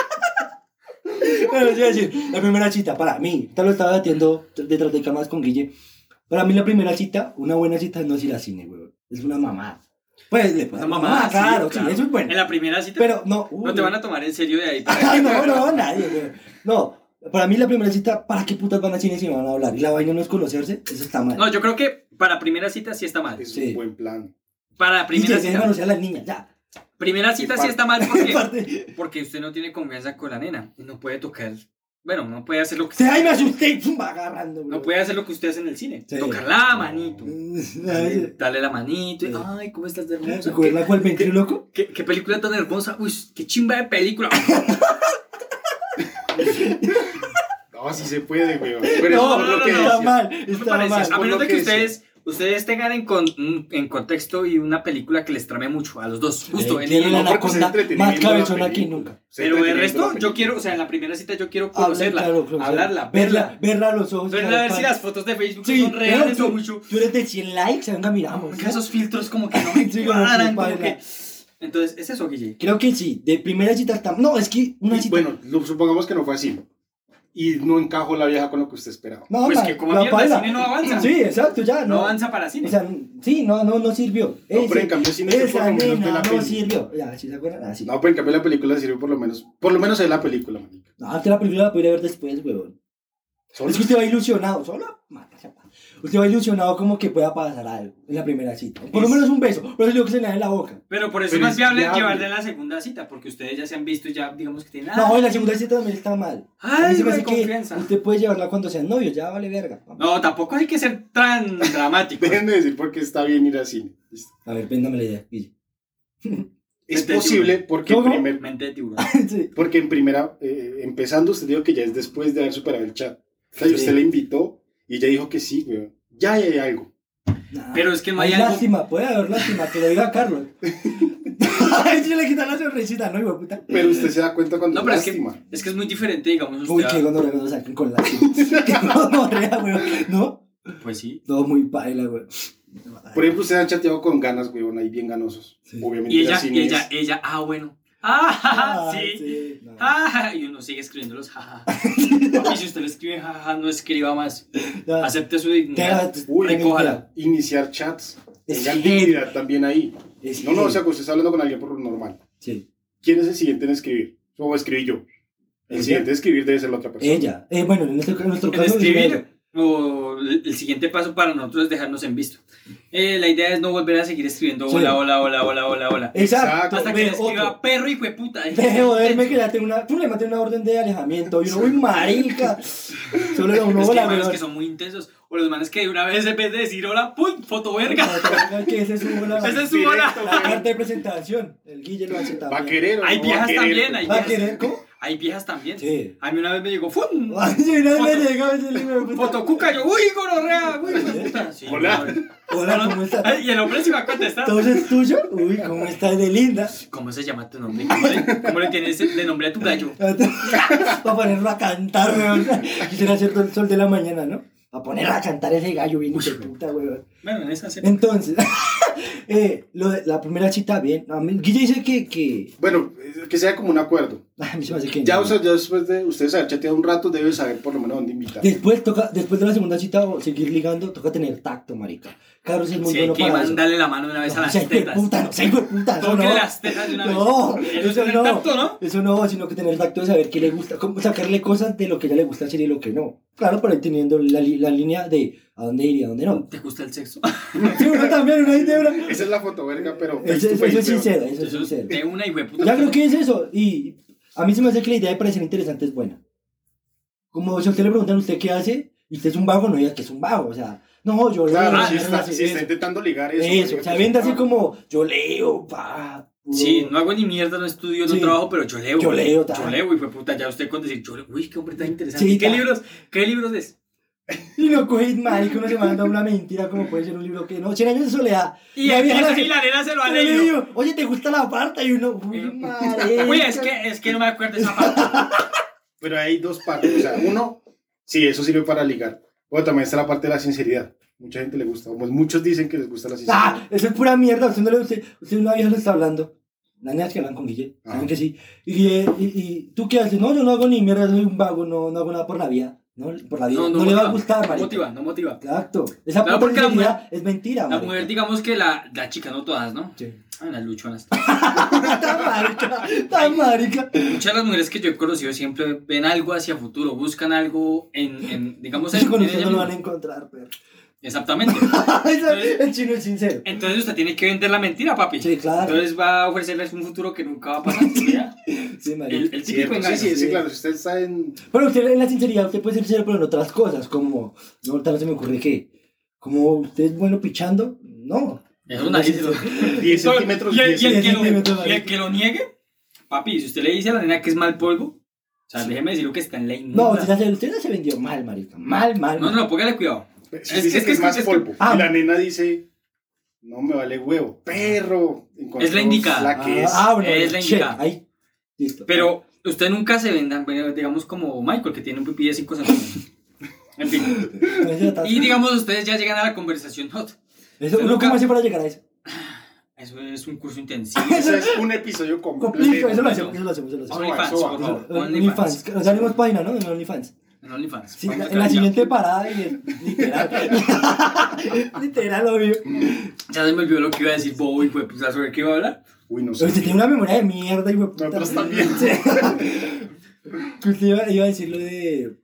[SPEAKER 2] Bueno, yo iba a decir, la primera cita para mí, te lo estaba debatiendo detrás de cámaras con Guille. Para mí la primera cita, una buena cita no es ir al cine, güey. Es una mamá. Pues le puede
[SPEAKER 3] Una
[SPEAKER 2] dar mamá,
[SPEAKER 3] mamá,
[SPEAKER 2] claro, sí, eso es
[SPEAKER 3] En
[SPEAKER 2] bueno.
[SPEAKER 3] la primera cita
[SPEAKER 2] Pero no,
[SPEAKER 3] no te van a tomar en serio de ahí. para-
[SPEAKER 2] Ah, no, no, nadie, güey. No, para mí la primera cita, ¿para qué putas van al cine si me van a hablar? Y la vaina no es conocerse, eso está mal.
[SPEAKER 3] No, yo creo que para primera cita sí está mal.
[SPEAKER 1] Es
[SPEAKER 2] Sí.
[SPEAKER 1] un buen plan.
[SPEAKER 3] Para
[SPEAKER 2] y que
[SPEAKER 3] primera
[SPEAKER 2] dejen
[SPEAKER 3] cita.
[SPEAKER 2] conocer a las niñas, ya.
[SPEAKER 3] Primera cita sí está mal
[SPEAKER 2] ¿Qué
[SPEAKER 3] porque,
[SPEAKER 2] parte?
[SPEAKER 3] porque usted no tiene confianza con la nena. y No puede tocar. Bueno, no puede hacer lo que
[SPEAKER 2] Se- Ay, me asusté, zumba, agarrando, güey.
[SPEAKER 3] no puede hacer lo que usted hace en el cine.
[SPEAKER 2] Sí.
[SPEAKER 3] Tocar la manito.
[SPEAKER 2] Ay,
[SPEAKER 3] Darle la manito. y,
[SPEAKER 2] Sí.
[SPEAKER 3] Ay, cómo estás de
[SPEAKER 2] ¿Se
[SPEAKER 3] hermosa. ¿Qué,
[SPEAKER 2] acuerdan cuál ventríloco?
[SPEAKER 3] qué- qué película tan hermosa. Uy, qué chimba de película.
[SPEAKER 1] No, sí se puede, güey. Pero eso es
[SPEAKER 3] No, no,
[SPEAKER 1] lo
[SPEAKER 3] no,
[SPEAKER 1] que
[SPEAKER 3] no.
[SPEAKER 2] Está
[SPEAKER 1] decía.
[SPEAKER 2] mal,
[SPEAKER 3] No me
[SPEAKER 2] está
[SPEAKER 3] parece. Ah,
[SPEAKER 2] mal.
[SPEAKER 3] A
[SPEAKER 1] por
[SPEAKER 3] menos
[SPEAKER 1] lo
[SPEAKER 3] de que
[SPEAKER 1] que decía.
[SPEAKER 3] ustedes, ustedes tengan en, con- en contexto y una película que les trame mucho a los dos. Justo.
[SPEAKER 2] Eh,
[SPEAKER 3] en-
[SPEAKER 2] tiene
[SPEAKER 1] el
[SPEAKER 2] la
[SPEAKER 1] hombre, pues,
[SPEAKER 2] anaconda
[SPEAKER 1] entretenimiento
[SPEAKER 2] más
[SPEAKER 1] de la
[SPEAKER 2] cabezona que
[SPEAKER 1] película.
[SPEAKER 2] nunca.
[SPEAKER 1] Se
[SPEAKER 3] pero el
[SPEAKER 1] entretiene
[SPEAKER 3] resto,
[SPEAKER 1] con la
[SPEAKER 3] yo
[SPEAKER 1] película.
[SPEAKER 3] quiero, o sea, en la primera cita yo quiero
[SPEAKER 2] Hablar,
[SPEAKER 3] conocerla,
[SPEAKER 2] claro, claro,
[SPEAKER 3] hablarla,
[SPEAKER 2] verla,
[SPEAKER 3] verla.
[SPEAKER 2] verla a los ojos.
[SPEAKER 3] Verla, a ver si
[SPEAKER 2] cara.
[SPEAKER 3] las fotos de Facebook
[SPEAKER 2] Sí,
[SPEAKER 3] son reales
[SPEAKER 2] claro,
[SPEAKER 3] o
[SPEAKER 2] tú-
[SPEAKER 3] mucho.
[SPEAKER 2] Tú eres de 100 likes, venga, miramos.
[SPEAKER 3] Porque esos filtros como que no me
[SPEAKER 2] Sí, como que
[SPEAKER 3] cuadran, como
[SPEAKER 2] baila.
[SPEAKER 3] que... Entonces, es eso, Guille.
[SPEAKER 2] Creo que sí, de primera cita está. No, es que una
[SPEAKER 1] Y
[SPEAKER 2] cita.
[SPEAKER 1] Bueno, lo- supongamos que no fue así. Y no encajó la vieja con lo que usted esperaba.
[SPEAKER 2] no,
[SPEAKER 3] pues
[SPEAKER 2] man,
[SPEAKER 3] que como
[SPEAKER 2] la
[SPEAKER 3] mierda,
[SPEAKER 2] paila.
[SPEAKER 3] cine no avanza.
[SPEAKER 2] Sí, exacto, ya.
[SPEAKER 3] No avanza para cine.
[SPEAKER 2] O sea, sí, no, no, no sirvió.
[SPEAKER 1] No, pero
[SPEAKER 2] Ese-
[SPEAKER 1] en cambio sí me supo
[SPEAKER 2] esa
[SPEAKER 1] por lo menos
[SPEAKER 2] nena
[SPEAKER 1] de la
[SPEAKER 2] no
[SPEAKER 1] peli.
[SPEAKER 2] sirvió. Ya, ¿sí se acuerdan? Ah, sí.
[SPEAKER 1] No, pero en cambio la película sirvió por lo menos. Por lo menos es la película, manica.
[SPEAKER 2] No, usted la película la puede ir a ver después, huevón.
[SPEAKER 1] Solo-
[SPEAKER 2] Es que usted va ilusionado, solo. mata, se apaga. Usted va ilusionado como que pueda pasar algo en la primera cita. Por lo
[SPEAKER 3] Es-
[SPEAKER 2] menos un beso, por eso digo que se le da en la boca.
[SPEAKER 3] Pero por eso
[SPEAKER 1] Pero
[SPEAKER 3] es más
[SPEAKER 1] es
[SPEAKER 3] viable
[SPEAKER 1] viable.
[SPEAKER 3] llevarla en la segunda cita, porque ustedes ya se han visto y ya, digamos que tienen...
[SPEAKER 2] No,
[SPEAKER 3] ah,
[SPEAKER 2] en la segunda cita también está mal. A mí
[SPEAKER 3] Ay,
[SPEAKER 2] se me hace
[SPEAKER 3] güey,
[SPEAKER 2] que
[SPEAKER 3] confianza.
[SPEAKER 2] Usted puede llevarla cuando sean novios, ya vale verga.
[SPEAKER 3] No, tampoco hay que ser tan dramático.
[SPEAKER 1] Déjenme decir por qué está bien ir al cine.
[SPEAKER 2] A ver, véndame la idea. Guille.
[SPEAKER 1] Es
[SPEAKER 3] Entendible.
[SPEAKER 1] posible porque en,
[SPEAKER 2] ¿Cómo?
[SPEAKER 1] primer-
[SPEAKER 3] Mente de tiburón.
[SPEAKER 2] Sí.
[SPEAKER 1] porque en primera, eh, empezando, usted dijo que ya es después de haber superado el chat. O sea, y
[SPEAKER 2] Sí.
[SPEAKER 1] usted le invitó y ella dijo que sí, güey. Ya hay algo.
[SPEAKER 2] Nah.
[SPEAKER 3] Pero es que no hay algo-
[SPEAKER 2] lástima, puede haber lástima, que lo diga Carlos. Ay, si le quita la sonrisita, no, hijo de puta.
[SPEAKER 1] Pero usted se da cuenta cuando
[SPEAKER 3] No, pero es que,
[SPEAKER 1] lástima.
[SPEAKER 3] es que es muy diferente, digamos, usted...
[SPEAKER 2] Uy, qué gonorrea cuando saquen con la. Qué gonorrea, weón. ¿No?
[SPEAKER 3] Pues sí.
[SPEAKER 2] No, muy paila, weón.
[SPEAKER 1] Por ejemplo, ustedes han chateado con ganas, güey, ahí bien ganosos.
[SPEAKER 2] Sí.
[SPEAKER 1] Obviamente,
[SPEAKER 3] Y ella,
[SPEAKER 1] así
[SPEAKER 3] y
[SPEAKER 1] no
[SPEAKER 3] ella,
[SPEAKER 1] es.
[SPEAKER 3] ella, ah, bueno. Ah, ja, ja,
[SPEAKER 2] Ay,
[SPEAKER 3] sí.
[SPEAKER 2] no.
[SPEAKER 3] Ah, ja, ja. y uno sigue escribiendo los jajaja. Papi, si usted le escribe jajaja, no escriba más.
[SPEAKER 2] Ya.
[SPEAKER 3] Acepte su
[SPEAKER 2] Te
[SPEAKER 3] dignidad.
[SPEAKER 2] hagas-
[SPEAKER 1] Uy,
[SPEAKER 3] recójala.
[SPEAKER 1] Iniciar chats.
[SPEAKER 2] Es
[SPEAKER 1] Tengan
[SPEAKER 2] que-
[SPEAKER 1] dignidad también ahí.
[SPEAKER 2] Es
[SPEAKER 1] No, no, o
[SPEAKER 2] que-
[SPEAKER 1] sea, que usted está hablando con alguien por lo normal.
[SPEAKER 2] sí.
[SPEAKER 1] ¿Quién es el siguiente en escribir? O escribí yo. El
[SPEAKER 2] Ella.
[SPEAKER 1] siguiente en escribir debe ser la otra persona.
[SPEAKER 2] Ella. Eh, bueno, en nuestro, en nuestro
[SPEAKER 3] El
[SPEAKER 2] caso. ella.
[SPEAKER 3] escribir, o el el siguiente paso para nosotros es dejarnos en visto. Eh, la idea es no volver a seguir escribiendo
[SPEAKER 2] Sí.
[SPEAKER 3] hola, hola, hola, hola, hola, hola.
[SPEAKER 2] Exacto.
[SPEAKER 3] Hasta que
[SPEAKER 2] ve,
[SPEAKER 3] le escriba
[SPEAKER 2] otro.
[SPEAKER 3] perro y puta.
[SPEAKER 2] Deje de joderme que ya tengo una. Tú le maté una orden de alejamiento. Y uno, uy, marica. Solo le da uno,
[SPEAKER 3] es que
[SPEAKER 2] hola,
[SPEAKER 3] hay manes
[SPEAKER 2] weón.
[SPEAKER 3] que son muy intensos. O los manes que de una vez en vez de decir hola, ¡pum! ¡Foto verga!
[SPEAKER 2] Que ese es un hola.
[SPEAKER 3] Ese es su hola.
[SPEAKER 1] Directo,
[SPEAKER 2] La
[SPEAKER 1] güey.
[SPEAKER 2] carta de presentación. El Guille lo hace
[SPEAKER 1] Va a
[SPEAKER 2] también.
[SPEAKER 1] querer. o
[SPEAKER 3] Hay
[SPEAKER 1] no va a
[SPEAKER 3] viejas
[SPEAKER 1] querer,
[SPEAKER 3] también,
[SPEAKER 1] güey?
[SPEAKER 3] hay
[SPEAKER 2] ¿Va a
[SPEAKER 3] viejas.
[SPEAKER 2] querer? ¿Cómo?
[SPEAKER 3] Hay viejas también.
[SPEAKER 2] Sí.
[SPEAKER 3] A mí una vez me llegó ¡fum!
[SPEAKER 2] Ay, una vez me llegó ese libro. pues. puta.
[SPEAKER 3] Fotocuca, yo, uy, gonorrea, uy, hijo de puta. Sí,
[SPEAKER 1] Hola.
[SPEAKER 3] no,
[SPEAKER 2] Hola,
[SPEAKER 3] no.
[SPEAKER 2] ¿cómo estás?
[SPEAKER 3] Ay, Y el hombre se iba a contestar.
[SPEAKER 2] ¿Todo es tuyo? Uy, ¿cómo estás de linda?
[SPEAKER 3] ¿Cómo se llama tu nombre? ¿Cómo le, cómo le tienes de nombre a tu gallo?
[SPEAKER 2] Va a ponerlo a cantar, weón. Quisiera hacer todo el sol de la mañana, ¿no? Va a poner a cantar ese gallo bien hijo de puta, weón.
[SPEAKER 3] Bueno, en esa se...
[SPEAKER 2] Entonces, eh, lo de- la primera cita, bien. A mí- Guille dice que. que
[SPEAKER 1] Bueno, eh, que sea como un acuerdo.
[SPEAKER 2] Ay, a mí se me hace que.
[SPEAKER 1] Ya,
[SPEAKER 2] no.
[SPEAKER 1] o sea, ya después de ustedes haber chateado un rato, debe saber por lo menos dónde invitar.
[SPEAKER 2] Después, toca, después de la segunda cita o seguir ligando, toca tener tacto, marica. Carlos es muy
[SPEAKER 3] Si hay
[SPEAKER 2] bueno
[SPEAKER 3] que
[SPEAKER 2] para eso.
[SPEAKER 3] mandarle la mano de una vez a
[SPEAKER 2] No,
[SPEAKER 3] las
[SPEAKER 2] sea hijo de
[SPEAKER 3] tetas.
[SPEAKER 2] puta, no sea hijo de puta, eso
[SPEAKER 3] Toque
[SPEAKER 2] no.
[SPEAKER 3] las tetas de una
[SPEAKER 2] No,
[SPEAKER 3] vez. Eso
[SPEAKER 2] eso
[SPEAKER 3] es
[SPEAKER 2] no.
[SPEAKER 3] tacto, ¿no?
[SPEAKER 2] Eso no, sino que tener el tacto de saber qué le gusta, como sacarle cosas de lo que a ella le gusta hacer y lo que no. Claro, pero ahí teniendo la, li- la línea de a dónde ir y a dónde no.
[SPEAKER 3] ¿Te gusta el sexo?
[SPEAKER 2] Sí, uno también, uno ahí de una.
[SPEAKER 1] Esa es la fotoverga, pero. face
[SPEAKER 2] Eso,
[SPEAKER 1] to
[SPEAKER 2] eso
[SPEAKER 1] face,
[SPEAKER 2] es
[SPEAKER 1] pero-
[SPEAKER 2] sincero, eso es
[SPEAKER 3] Eso es
[SPEAKER 2] sincero.
[SPEAKER 3] de una y puta.
[SPEAKER 2] Ya creo que es eso. Y a mí se me hace que la idea de parecer interesante es buena. Como si a usted le preguntan a usted qué hace, y usted es un vago, no diga que es un vago. O sea, no, yo
[SPEAKER 1] Claro,
[SPEAKER 2] leo.
[SPEAKER 3] Ah,
[SPEAKER 1] si
[SPEAKER 2] yo
[SPEAKER 1] está,
[SPEAKER 2] no sé,
[SPEAKER 1] si está
[SPEAKER 2] eso.
[SPEAKER 1] intentando ligar eso.
[SPEAKER 2] Eso,
[SPEAKER 1] marica,
[SPEAKER 2] o sea,
[SPEAKER 1] que-
[SPEAKER 2] vende así
[SPEAKER 1] ah,
[SPEAKER 2] como yo leo, pa. puro-
[SPEAKER 3] Sí, no hago ni mierda, no estudio, no
[SPEAKER 2] Sí.
[SPEAKER 3] trabajo, pero yo leo.
[SPEAKER 2] Yo
[SPEAKER 3] güey.
[SPEAKER 2] leo, ta.
[SPEAKER 3] Yo leo, y fue puta. Ya usted con decir, yo leo, uy, qué hombre tan interesante.
[SPEAKER 2] Sí,
[SPEAKER 3] ¿Y ¿Qué
[SPEAKER 2] ta.
[SPEAKER 3] libros? ¿Qué libros es?
[SPEAKER 2] Y no coge mal, que uno se manda una mentira, como puede ser un libro que no. 100 años de soledad.
[SPEAKER 3] Y,
[SPEAKER 2] la
[SPEAKER 3] el-
[SPEAKER 2] vieja
[SPEAKER 3] y la nena se lo ha
[SPEAKER 2] Yo le
[SPEAKER 3] leído.
[SPEAKER 2] digo, Oye, ¿te gusta la parte? Y uno, uy,
[SPEAKER 3] Eh,
[SPEAKER 2] madre.
[SPEAKER 3] Uy, es que, es que no me acuerdo esa parte.
[SPEAKER 1] Pero hay dos partes. O sea, uno, sí, eso sirve para ligar. Pero también está la parte de la sinceridad. Mucha gente le gusta. Como muchos dicen que les gusta la sinceridad.
[SPEAKER 2] Ah, eso es pura mierda. Usted no le usted, usted una vieja le está hablando. Las niñas que hablan con Guille, saben
[SPEAKER 1] Ah.
[SPEAKER 2] que sí. Y, Guille, y, y tú qué haces? No, yo no hago ni mierda, soy un vago, no, no hago nada por la vida. No, por la vida. No, le va a gustar,
[SPEAKER 3] No
[SPEAKER 2] marica.
[SPEAKER 3] motiva, no motiva.
[SPEAKER 2] Exacto. Esa
[SPEAKER 3] Claro,
[SPEAKER 2] puta
[SPEAKER 3] porque la
[SPEAKER 2] sinceridad es mentira,
[SPEAKER 3] La
[SPEAKER 2] marica.
[SPEAKER 3] mujer, digamos que la, la chica, no todas, ¿no?
[SPEAKER 2] Sí.
[SPEAKER 3] Ah, las luchonas.
[SPEAKER 2] Tan marica, tan marica.
[SPEAKER 3] Muchas de las mujeres que yo he conocido siempre ven algo hacia futuro, buscan algo en, en digamos, en,
[SPEAKER 2] Eso con
[SPEAKER 3] en
[SPEAKER 2] usted
[SPEAKER 3] ella
[SPEAKER 2] no lo
[SPEAKER 3] misma.
[SPEAKER 2] van a encontrar, pero.
[SPEAKER 3] Exactamente. ¿Eh?
[SPEAKER 2] el chino es sincero.
[SPEAKER 3] Entonces usted tiene que vender la mentira, papi.
[SPEAKER 2] Sí, claro.
[SPEAKER 3] Entonces va a ofrecerles un futuro que nunca va a pasar. ¿sí?
[SPEAKER 2] Sí, marica.
[SPEAKER 3] El, el típico
[SPEAKER 1] Cierto, sí,
[SPEAKER 3] engaño.
[SPEAKER 1] sí, sí,
[SPEAKER 2] sí.
[SPEAKER 1] claro. Si usted está en.
[SPEAKER 2] Pero usted en la sinceridad, usted puede ser sincero, pero en otras cosas, como, no, ahorita no se me ocurre que, como usted es bueno pichando, no.
[SPEAKER 3] Eso nadie se lo-
[SPEAKER 1] 10 centímetros.
[SPEAKER 3] Y el,
[SPEAKER 1] 10
[SPEAKER 3] y el que lo,
[SPEAKER 2] centímetros,
[SPEAKER 3] y el que lo niegue, papi, si usted le dice a la nena que es mal polvo, o sea, déjeme decirlo que está en la
[SPEAKER 2] No,
[SPEAKER 3] inmunda.
[SPEAKER 2] usted, hace- usted se vendió mal, marica. Mal, mal.
[SPEAKER 3] no,
[SPEAKER 2] mal.
[SPEAKER 3] no, póngale cuidado.
[SPEAKER 1] Si es,
[SPEAKER 3] Es que-
[SPEAKER 1] que,
[SPEAKER 3] es
[SPEAKER 1] es,
[SPEAKER 3] que- es
[SPEAKER 1] más
[SPEAKER 3] que-
[SPEAKER 1] polvo.
[SPEAKER 2] Ah.
[SPEAKER 1] y la nena dice, no me vale huevo, perro.
[SPEAKER 3] Es la indicada.
[SPEAKER 1] La que es.
[SPEAKER 2] Ah, ah, bueno,
[SPEAKER 3] es la
[SPEAKER 2] check,
[SPEAKER 3] indicada.
[SPEAKER 2] Ahí, listo.
[SPEAKER 3] Pero usted nunca se venda, bueno, digamos como Michael, que tiene un pipí de 5 centímetros. En fin.
[SPEAKER 2] Entonces, ta-
[SPEAKER 3] Y digamos, ustedes ya llegan a la conversación hot.
[SPEAKER 2] eso, ¿Uno
[SPEAKER 3] nunca-
[SPEAKER 2] cómo hace para llegar a eso?
[SPEAKER 3] Eso es un curso intensivo.
[SPEAKER 1] Eso es un episodio completo.
[SPEAKER 2] Completo, eso lo hacemos, eso lo hacemos, eso lo hacemos.
[SPEAKER 3] OnlyFans,
[SPEAKER 1] eso va,
[SPEAKER 3] por
[SPEAKER 1] eso
[SPEAKER 3] favor. OnlyFans.
[SPEAKER 2] OnlyFans, nos salimos página, ¿no? En OnlyFans.
[SPEAKER 3] En OnlyFans.
[SPEAKER 2] Sí,
[SPEAKER 3] Vamos a
[SPEAKER 2] en la
[SPEAKER 3] cambiar.
[SPEAKER 2] siguiente parada, y es literal. literal, obvio.
[SPEAKER 3] Ya se me olvidó lo que iba a decir Bobby, fue pues, sobre qué iba a hablar.
[SPEAKER 1] Uy, no sé.
[SPEAKER 2] Usted tiene una memoria de mierda, hijo de puta.
[SPEAKER 1] Nosotros también.
[SPEAKER 2] Sí. Que usted iba, iba a decir lo de.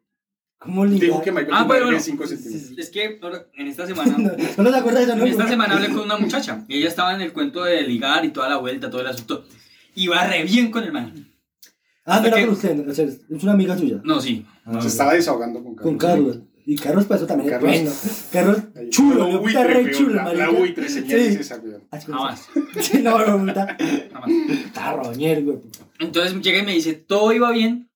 [SPEAKER 2] ¿Cómo ligar?
[SPEAKER 1] Dijo que Michael
[SPEAKER 3] Ah,
[SPEAKER 1] tiene
[SPEAKER 3] bueno, bueno.
[SPEAKER 1] 5
[SPEAKER 2] Sí, sí,
[SPEAKER 1] centímetros.
[SPEAKER 3] Es que ahora, en esta semana,
[SPEAKER 2] No, no te acuerdas de eso,
[SPEAKER 3] en
[SPEAKER 2] ¿no?
[SPEAKER 3] esta semana hablé con una muchacha. Y ella estaba en el cuento de ligar y toda la vuelta, todo el asunto. Iba re bien con el man.
[SPEAKER 2] Ah, no era
[SPEAKER 3] que-
[SPEAKER 2] con usted, o sea, es una amiga suya.
[SPEAKER 3] No, sí.
[SPEAKER 2] Ah,
[SPEAKER 1] Se estaba desahogando con Carlos.
[SPEAKER 2] Con Carlos. Y Carlos pasó también.
[SPEAKER 1] Carlos.
[SPEAKER 2] Bueno, Carlos
[SPEAKER 1] Ahí.
[SPEAKER 2] chulo,
[SPEAKER 1] La
[SPEAKER 2] le gusta
[SPEAKER 1] buitre,
[SPEAKER 2] re
[SPEAKER 1] weón,
[SPEAKER 2] chulo,
[SPEAKER 1] la- La
[SPEAKER 2] marica.
[SPEAKER 1] buitre, señor, es
[SPEAKER 2] Sí.
[SPEAKER 1] esa, weón.
[SPEAKER 2] Así como-
[SPEAKER 3] Jamás.
[SPEAKER 2] Sí, no, no, puta.
[SPEAKER 3] Jamás.
[SPEAKER 2] Carroñero, güey.
[SPEAKER 3] Entonces llega y me dice, todo iba bien.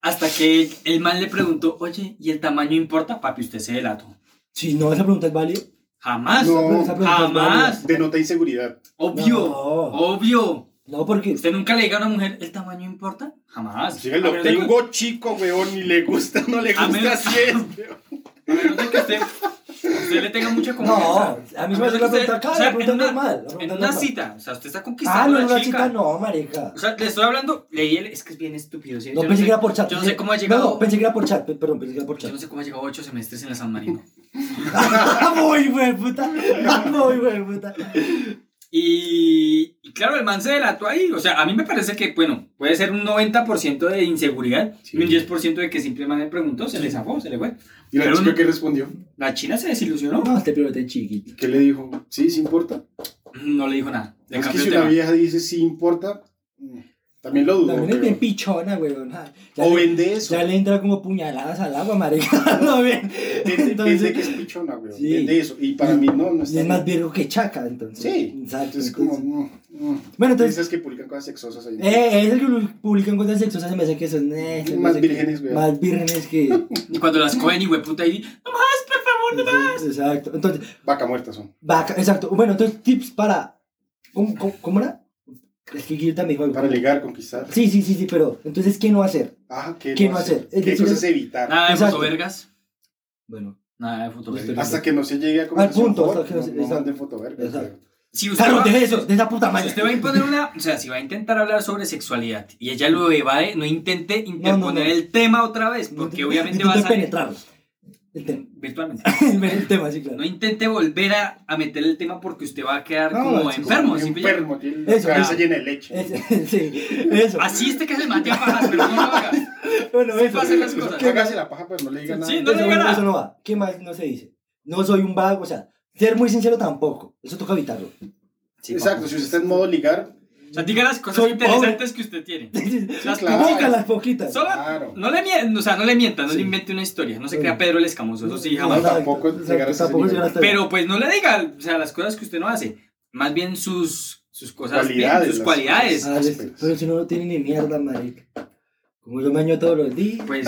[SPEAKER 3] Hasta que el man le preguntó, oye, ¿y el tamaño importa? Papi, usted se delató.
[SPEAKER 2] Si no, esa pregunta es válida.
[SPEAKER 3] Jamás.
[SPEAKER 1] No,
[SPEAKER 2] Esa pregunta es válida.
[SPEAKER 3] jamás.
[SPEAKER 1] Denota inseguridad.
[SPEAKER 3] Obvio.
[SPEAKER 2] No.
[SPEAKER 3] Obvio.
[SPEAKER 2] No, porque.
[SPEAKER 3] ¿Usted nunca le diga a una mujer, el tamaño importa? Jamás.
[SPEAKER 1] Llega y
[SPEAKER 3] A
[SPEAKER 1] lo
[SPEAKER 3] menos de que-
[SPEAKER 1] tengo chico, weón, ni le gusta, no le
[SPEAKER 3] A
[SPEAKER 1] gusta,
[SPEAKER 3] menos-
[SPEAKER 1] así es, weón.
[SPEAKER 3] A menos de que usted, usted le tenga mucha
[SPEAKER 2] No,
[SPEAKER 3] confianza.
[SPEAKER 2] a mí
[SPEAKER 3] A
[SPEAKER 2] me
[SPEAKER 3] menos
[SPEAKER 2] hace
[SPEAKER 3] de que
[SPEAKER 2] la
[SPEAKER 3] usted-
[SPEAKER 2] pregunta acá,
[SPEAKER 3] o sea,
[SPEAKER 2] la pregunta
[SPEAKER 3] en una-
[SPEAKER 2] normal. la
[SPEAKER 3] En
[SPEAKER 2] pregunta
[SPEAKER 3] una
[SPEAKER 2] normal.
[SPEAKER 3] cita, o sea, usted está
[SPEAKER 2] Ah,
[SPEAKER 3] conquistando
[SPEAKER 2] no,
[SPEAKER 3] a
[SPEAKER 2] una
[SPEAKER 3] la
[SPEAKER 2] cita
[SPEAKER 3] chica.
[SPEAKER 2] no, marica.
[SPEAKER 3] O sea, le estoy hablando, leí él, es que es bien estúpido. ¿sí?
[SPEAKER 2] No
[SPEAKER 3] Yo
[SPEAKER 2] pensé
[SPEAKER 3] sé-
[SPEAKER 2] que era por chat.
[SPEAKER 3] Yo no
[SPEAKER 2] pensé-
[SPEAKER 3] sé cómo ha llegado.
[SPEAKER 2] No, pensé que era por chat, pe- perdón, pensé que era por
[SPEAKER 3] Yo
[SPEAKER 2] chat. Ah,
[SPEAKER 3] no sé cómo ha llegado ocho semestres en la San Marino.
[SPEAKER 2] Muy buen puta. Ah, Muy buen puta.
[SPEAKER 3] Y, y claro, el man se delató ahí. O sea, a mí me parece que, bueno, puede ser un 90% de inseguridad
[SPEAKER 1] Sí.
[SPEAKER 3] y un 10% de que simplemente me preguntó, se le zafó, se le fue.
[SPEAKER 1] Y la
[SPEAKER 3] Pero
[SPEAKER 1] chica
[SPEAKER 3] no-
[SPEAKER 1] que respondió,
[SPEAKER 3] La china se desilusionó.
[SPEAKER 2] No, este piloto es chiquito.
[SPEAKER 1] ¿qué le dijo? Sí, sí importa.
[SPEAKER 3] No le dijo nada. Le
[SPEAKER 1] Es que
[SPEAKER 3] cambió
[SPEAKER 1] si
[SPEAKER 3] el
[SPEAKER 1] una
[SPEAKER 3] tema.
[SPEAKER 1] vieja dice sí importa, mm, también lo dudo.
[SPEAKER 2] También es
[SPEAKER 1] weón.
[SPEAKER 2] bien pichona, weón. ah. Ya
[SPEAKER 1] O
[SPEAKER 2] le-
[SPEAKER 1] vende eso.
[SPEAKER 2] Ya le entra como puñaladas al agua, marica. No, bien.
[SPEAKER 1] Vende, vende
[SPEAKER 2] Entonces-
[SPEAKER 1] que es pichona, weón.
[SPEAKER 2] Sí.
[SPEAKER 1] Vende eso. Y para mí no, no
[SPEAKER 2] Y
[SPEAKER 1] está.
[SPEAKER 2] es más
[SPEAKER 1] bien.
[SPEAKER 2] viejo que chaca, entonces.
[SPEAKER 1] Sí.
[SPEAKER 2] Exacto.
[SPEAKER 1] Entonces, como.
[SPEAKER 2] entonces-
[SPEAKER 1] mm, mm.
[SPEAKER 2] Bueno, entonces.
[SPEAKER 1] Esas que publican cosas sexosas ahí.
[SPEAKER 2] Eh, es el que publican cosas sexosas, se me hace que son. eh, se me
[SPEAKER 1] Más
[SPEAKER 2] hace que-
[SPEAKER 1] vírgenes, weón.
[SPEAKER 2] Más vírgenes que.
[SPEAKER 3] Y cuando las cogen y hueputa y no más, por favor, no más.
[SPEAKER 2] Exacto. Entonces,
[SPEAKER 1] Vaca muerta son.
[SPEAKER 2] Vaca, exacto. Bueno, entonces, tips para. ¿Cómo, cómo, cómo era? Es que Guilta me dijo.
[SPEAKER 1] Para ligar, conquistar.
[SPEAKER 2] Sí, sí, sí, sí, pero. Entonces, ¿qué no hacer?
[SPEAKER 1] Ah, ¿qué,
[SPEAKER 2] ¿Qué
[SPEAKER 1] no
[SPEAKER 2] no
[SPEAKER 1] hacer?
[SPEAKER 2] hacer? Es
[SPEAKER 1] ¿Qué
[SPEAKER 2] decir,
[SPEAKER 1] cosas evitar?
[SPEAKER 3] Nada de
[SPEAKER 2] Exacto.
[SPEAKER 3] fotovergas.
[SPEAKER 2] Bueno.
[SPEAKER 3] Nada de fotovergas.
[SPEAKER 1] Hasta que no se llegue a conversación,
[SPEAKER 2] punto,
[SPEAKER 1] por favor,
[SPEAKER 2] hasta que no se-
[SPEAKER 1] no, no
[SPEAKER 2] exacto.
[SPEAKER 1] manden fotovergas,
[SPEAKER 2] Exacto.
[SPEAKER 1] weón.
[SPEAKER 3] Si usted,
[SPEAKER 2] Carlos,
[SPEAKER 3] va,
[SPEAKER 2] de esos, de esa puta
[SPEAKER 3] si
[SPEAKER 2] madre.
[SPEAKER 3] usted va a imponer una. O sea, si va a intentar hablar sobre sexualidad y ella lo evade, no intente interponer
[SPEAKER 2] no.
[SPEAKER 3] el tema otra vez, porque
[SPEAKER 2] Intenta-
[SPEAKER 3] obviamente va
[SPEAKER 2] intenta
[SPEAKER 3] a salir.
[SPEAKER 2] penetrarlos. El tema.
[SPEAKER 3] virtualmente.
[SPEAKER 2] el tema, sí, claro.
[SPEAKER 3] No intente volver a, a meter el tema porque usted va a quedar
[SPEAKER 2] No,
[SPEAKER 3] como
[SPEAKER 2] sí, sí,
[SPEAKER 3] enfermo. pues simple y llano.
[SPEAKER 1] enfermo, tiene la
[SPEAKER 2] Eso,
[SPEAKER 1] cabeza
[SPEAKER 3] ya.
[SPEAKER 1] llena de leche.
[SPEAKER 2] Es- sí, eso.
[SPEAKER 3] Así este que se mate a pajas, pero no lo haga.
[SPEAKER 2] bueno,
[SPEAKER 3] sí
[SPEAKER 2] eso.
[SPEAKER 3] pasan las cosas.
[SPEAKER 2] ¿Qué más?
[SPEAKER 1] Hágase la paja, pero no le diga
[SPEAKER 3] Sí,
[SPEAKER 1] nada.
[SPEAKER 3] no le
[SPEAKER 2] eso,
[SPEAKER 3] diga nada.
[SPEAKER 2] eso no va. ¿Qué más no se dice? No soy un vago, o sea, ser muy sincero tampoco. Eso toca evitarlo.
[SPEAKER 1] Exacto, si usted está en modo ligar,
[SPEAKER 3] O sea, diga las cosas
[SPEAKER 2] Soy
[SPEAKER 3] interesantes que usted tiene. Las
[SPEAKER 1] claro.
[SPEAKER 2] Poca
[SPEAKER 3] pocas.
[SPEAKER 2] las poquitas.
[SPEAKER 3] Solo-
[SPEAKER 1] claro.
[SPEAKER 3] No le, mie- o sea, no le mienta, no
[SPEAKER 2] Sí.
[SPEAKER 3] le invente una historia. No se
[SPEAKER 2] Sí.
[SPEAKER 3] crea Pedro el Escamoso, eso sí, jamás.
[SPEAKER 1] No, tampoco llegar a ese
[SPEAKER 2] tampoco
[SPEAKER 1] nivel.
[SPEAKER 2] llegar hasta-
[SPEAKER 3] Pero pues no le diga, o sea, las cosas que usted no hace. Más bien sus, sus cosas, bien,
[SPEAKER 1] Cualidades,
[SPEAKER 3] sus
[SPEAKER 1] las
[SPEAKER 3] cualidades.
[SPEAKER 1] cosas.
[SPEAKER 2] Ah, les- pero si no, no tiene ni mierda, marica. Como yo me año todos los días.
[SPEAKER 3] Pues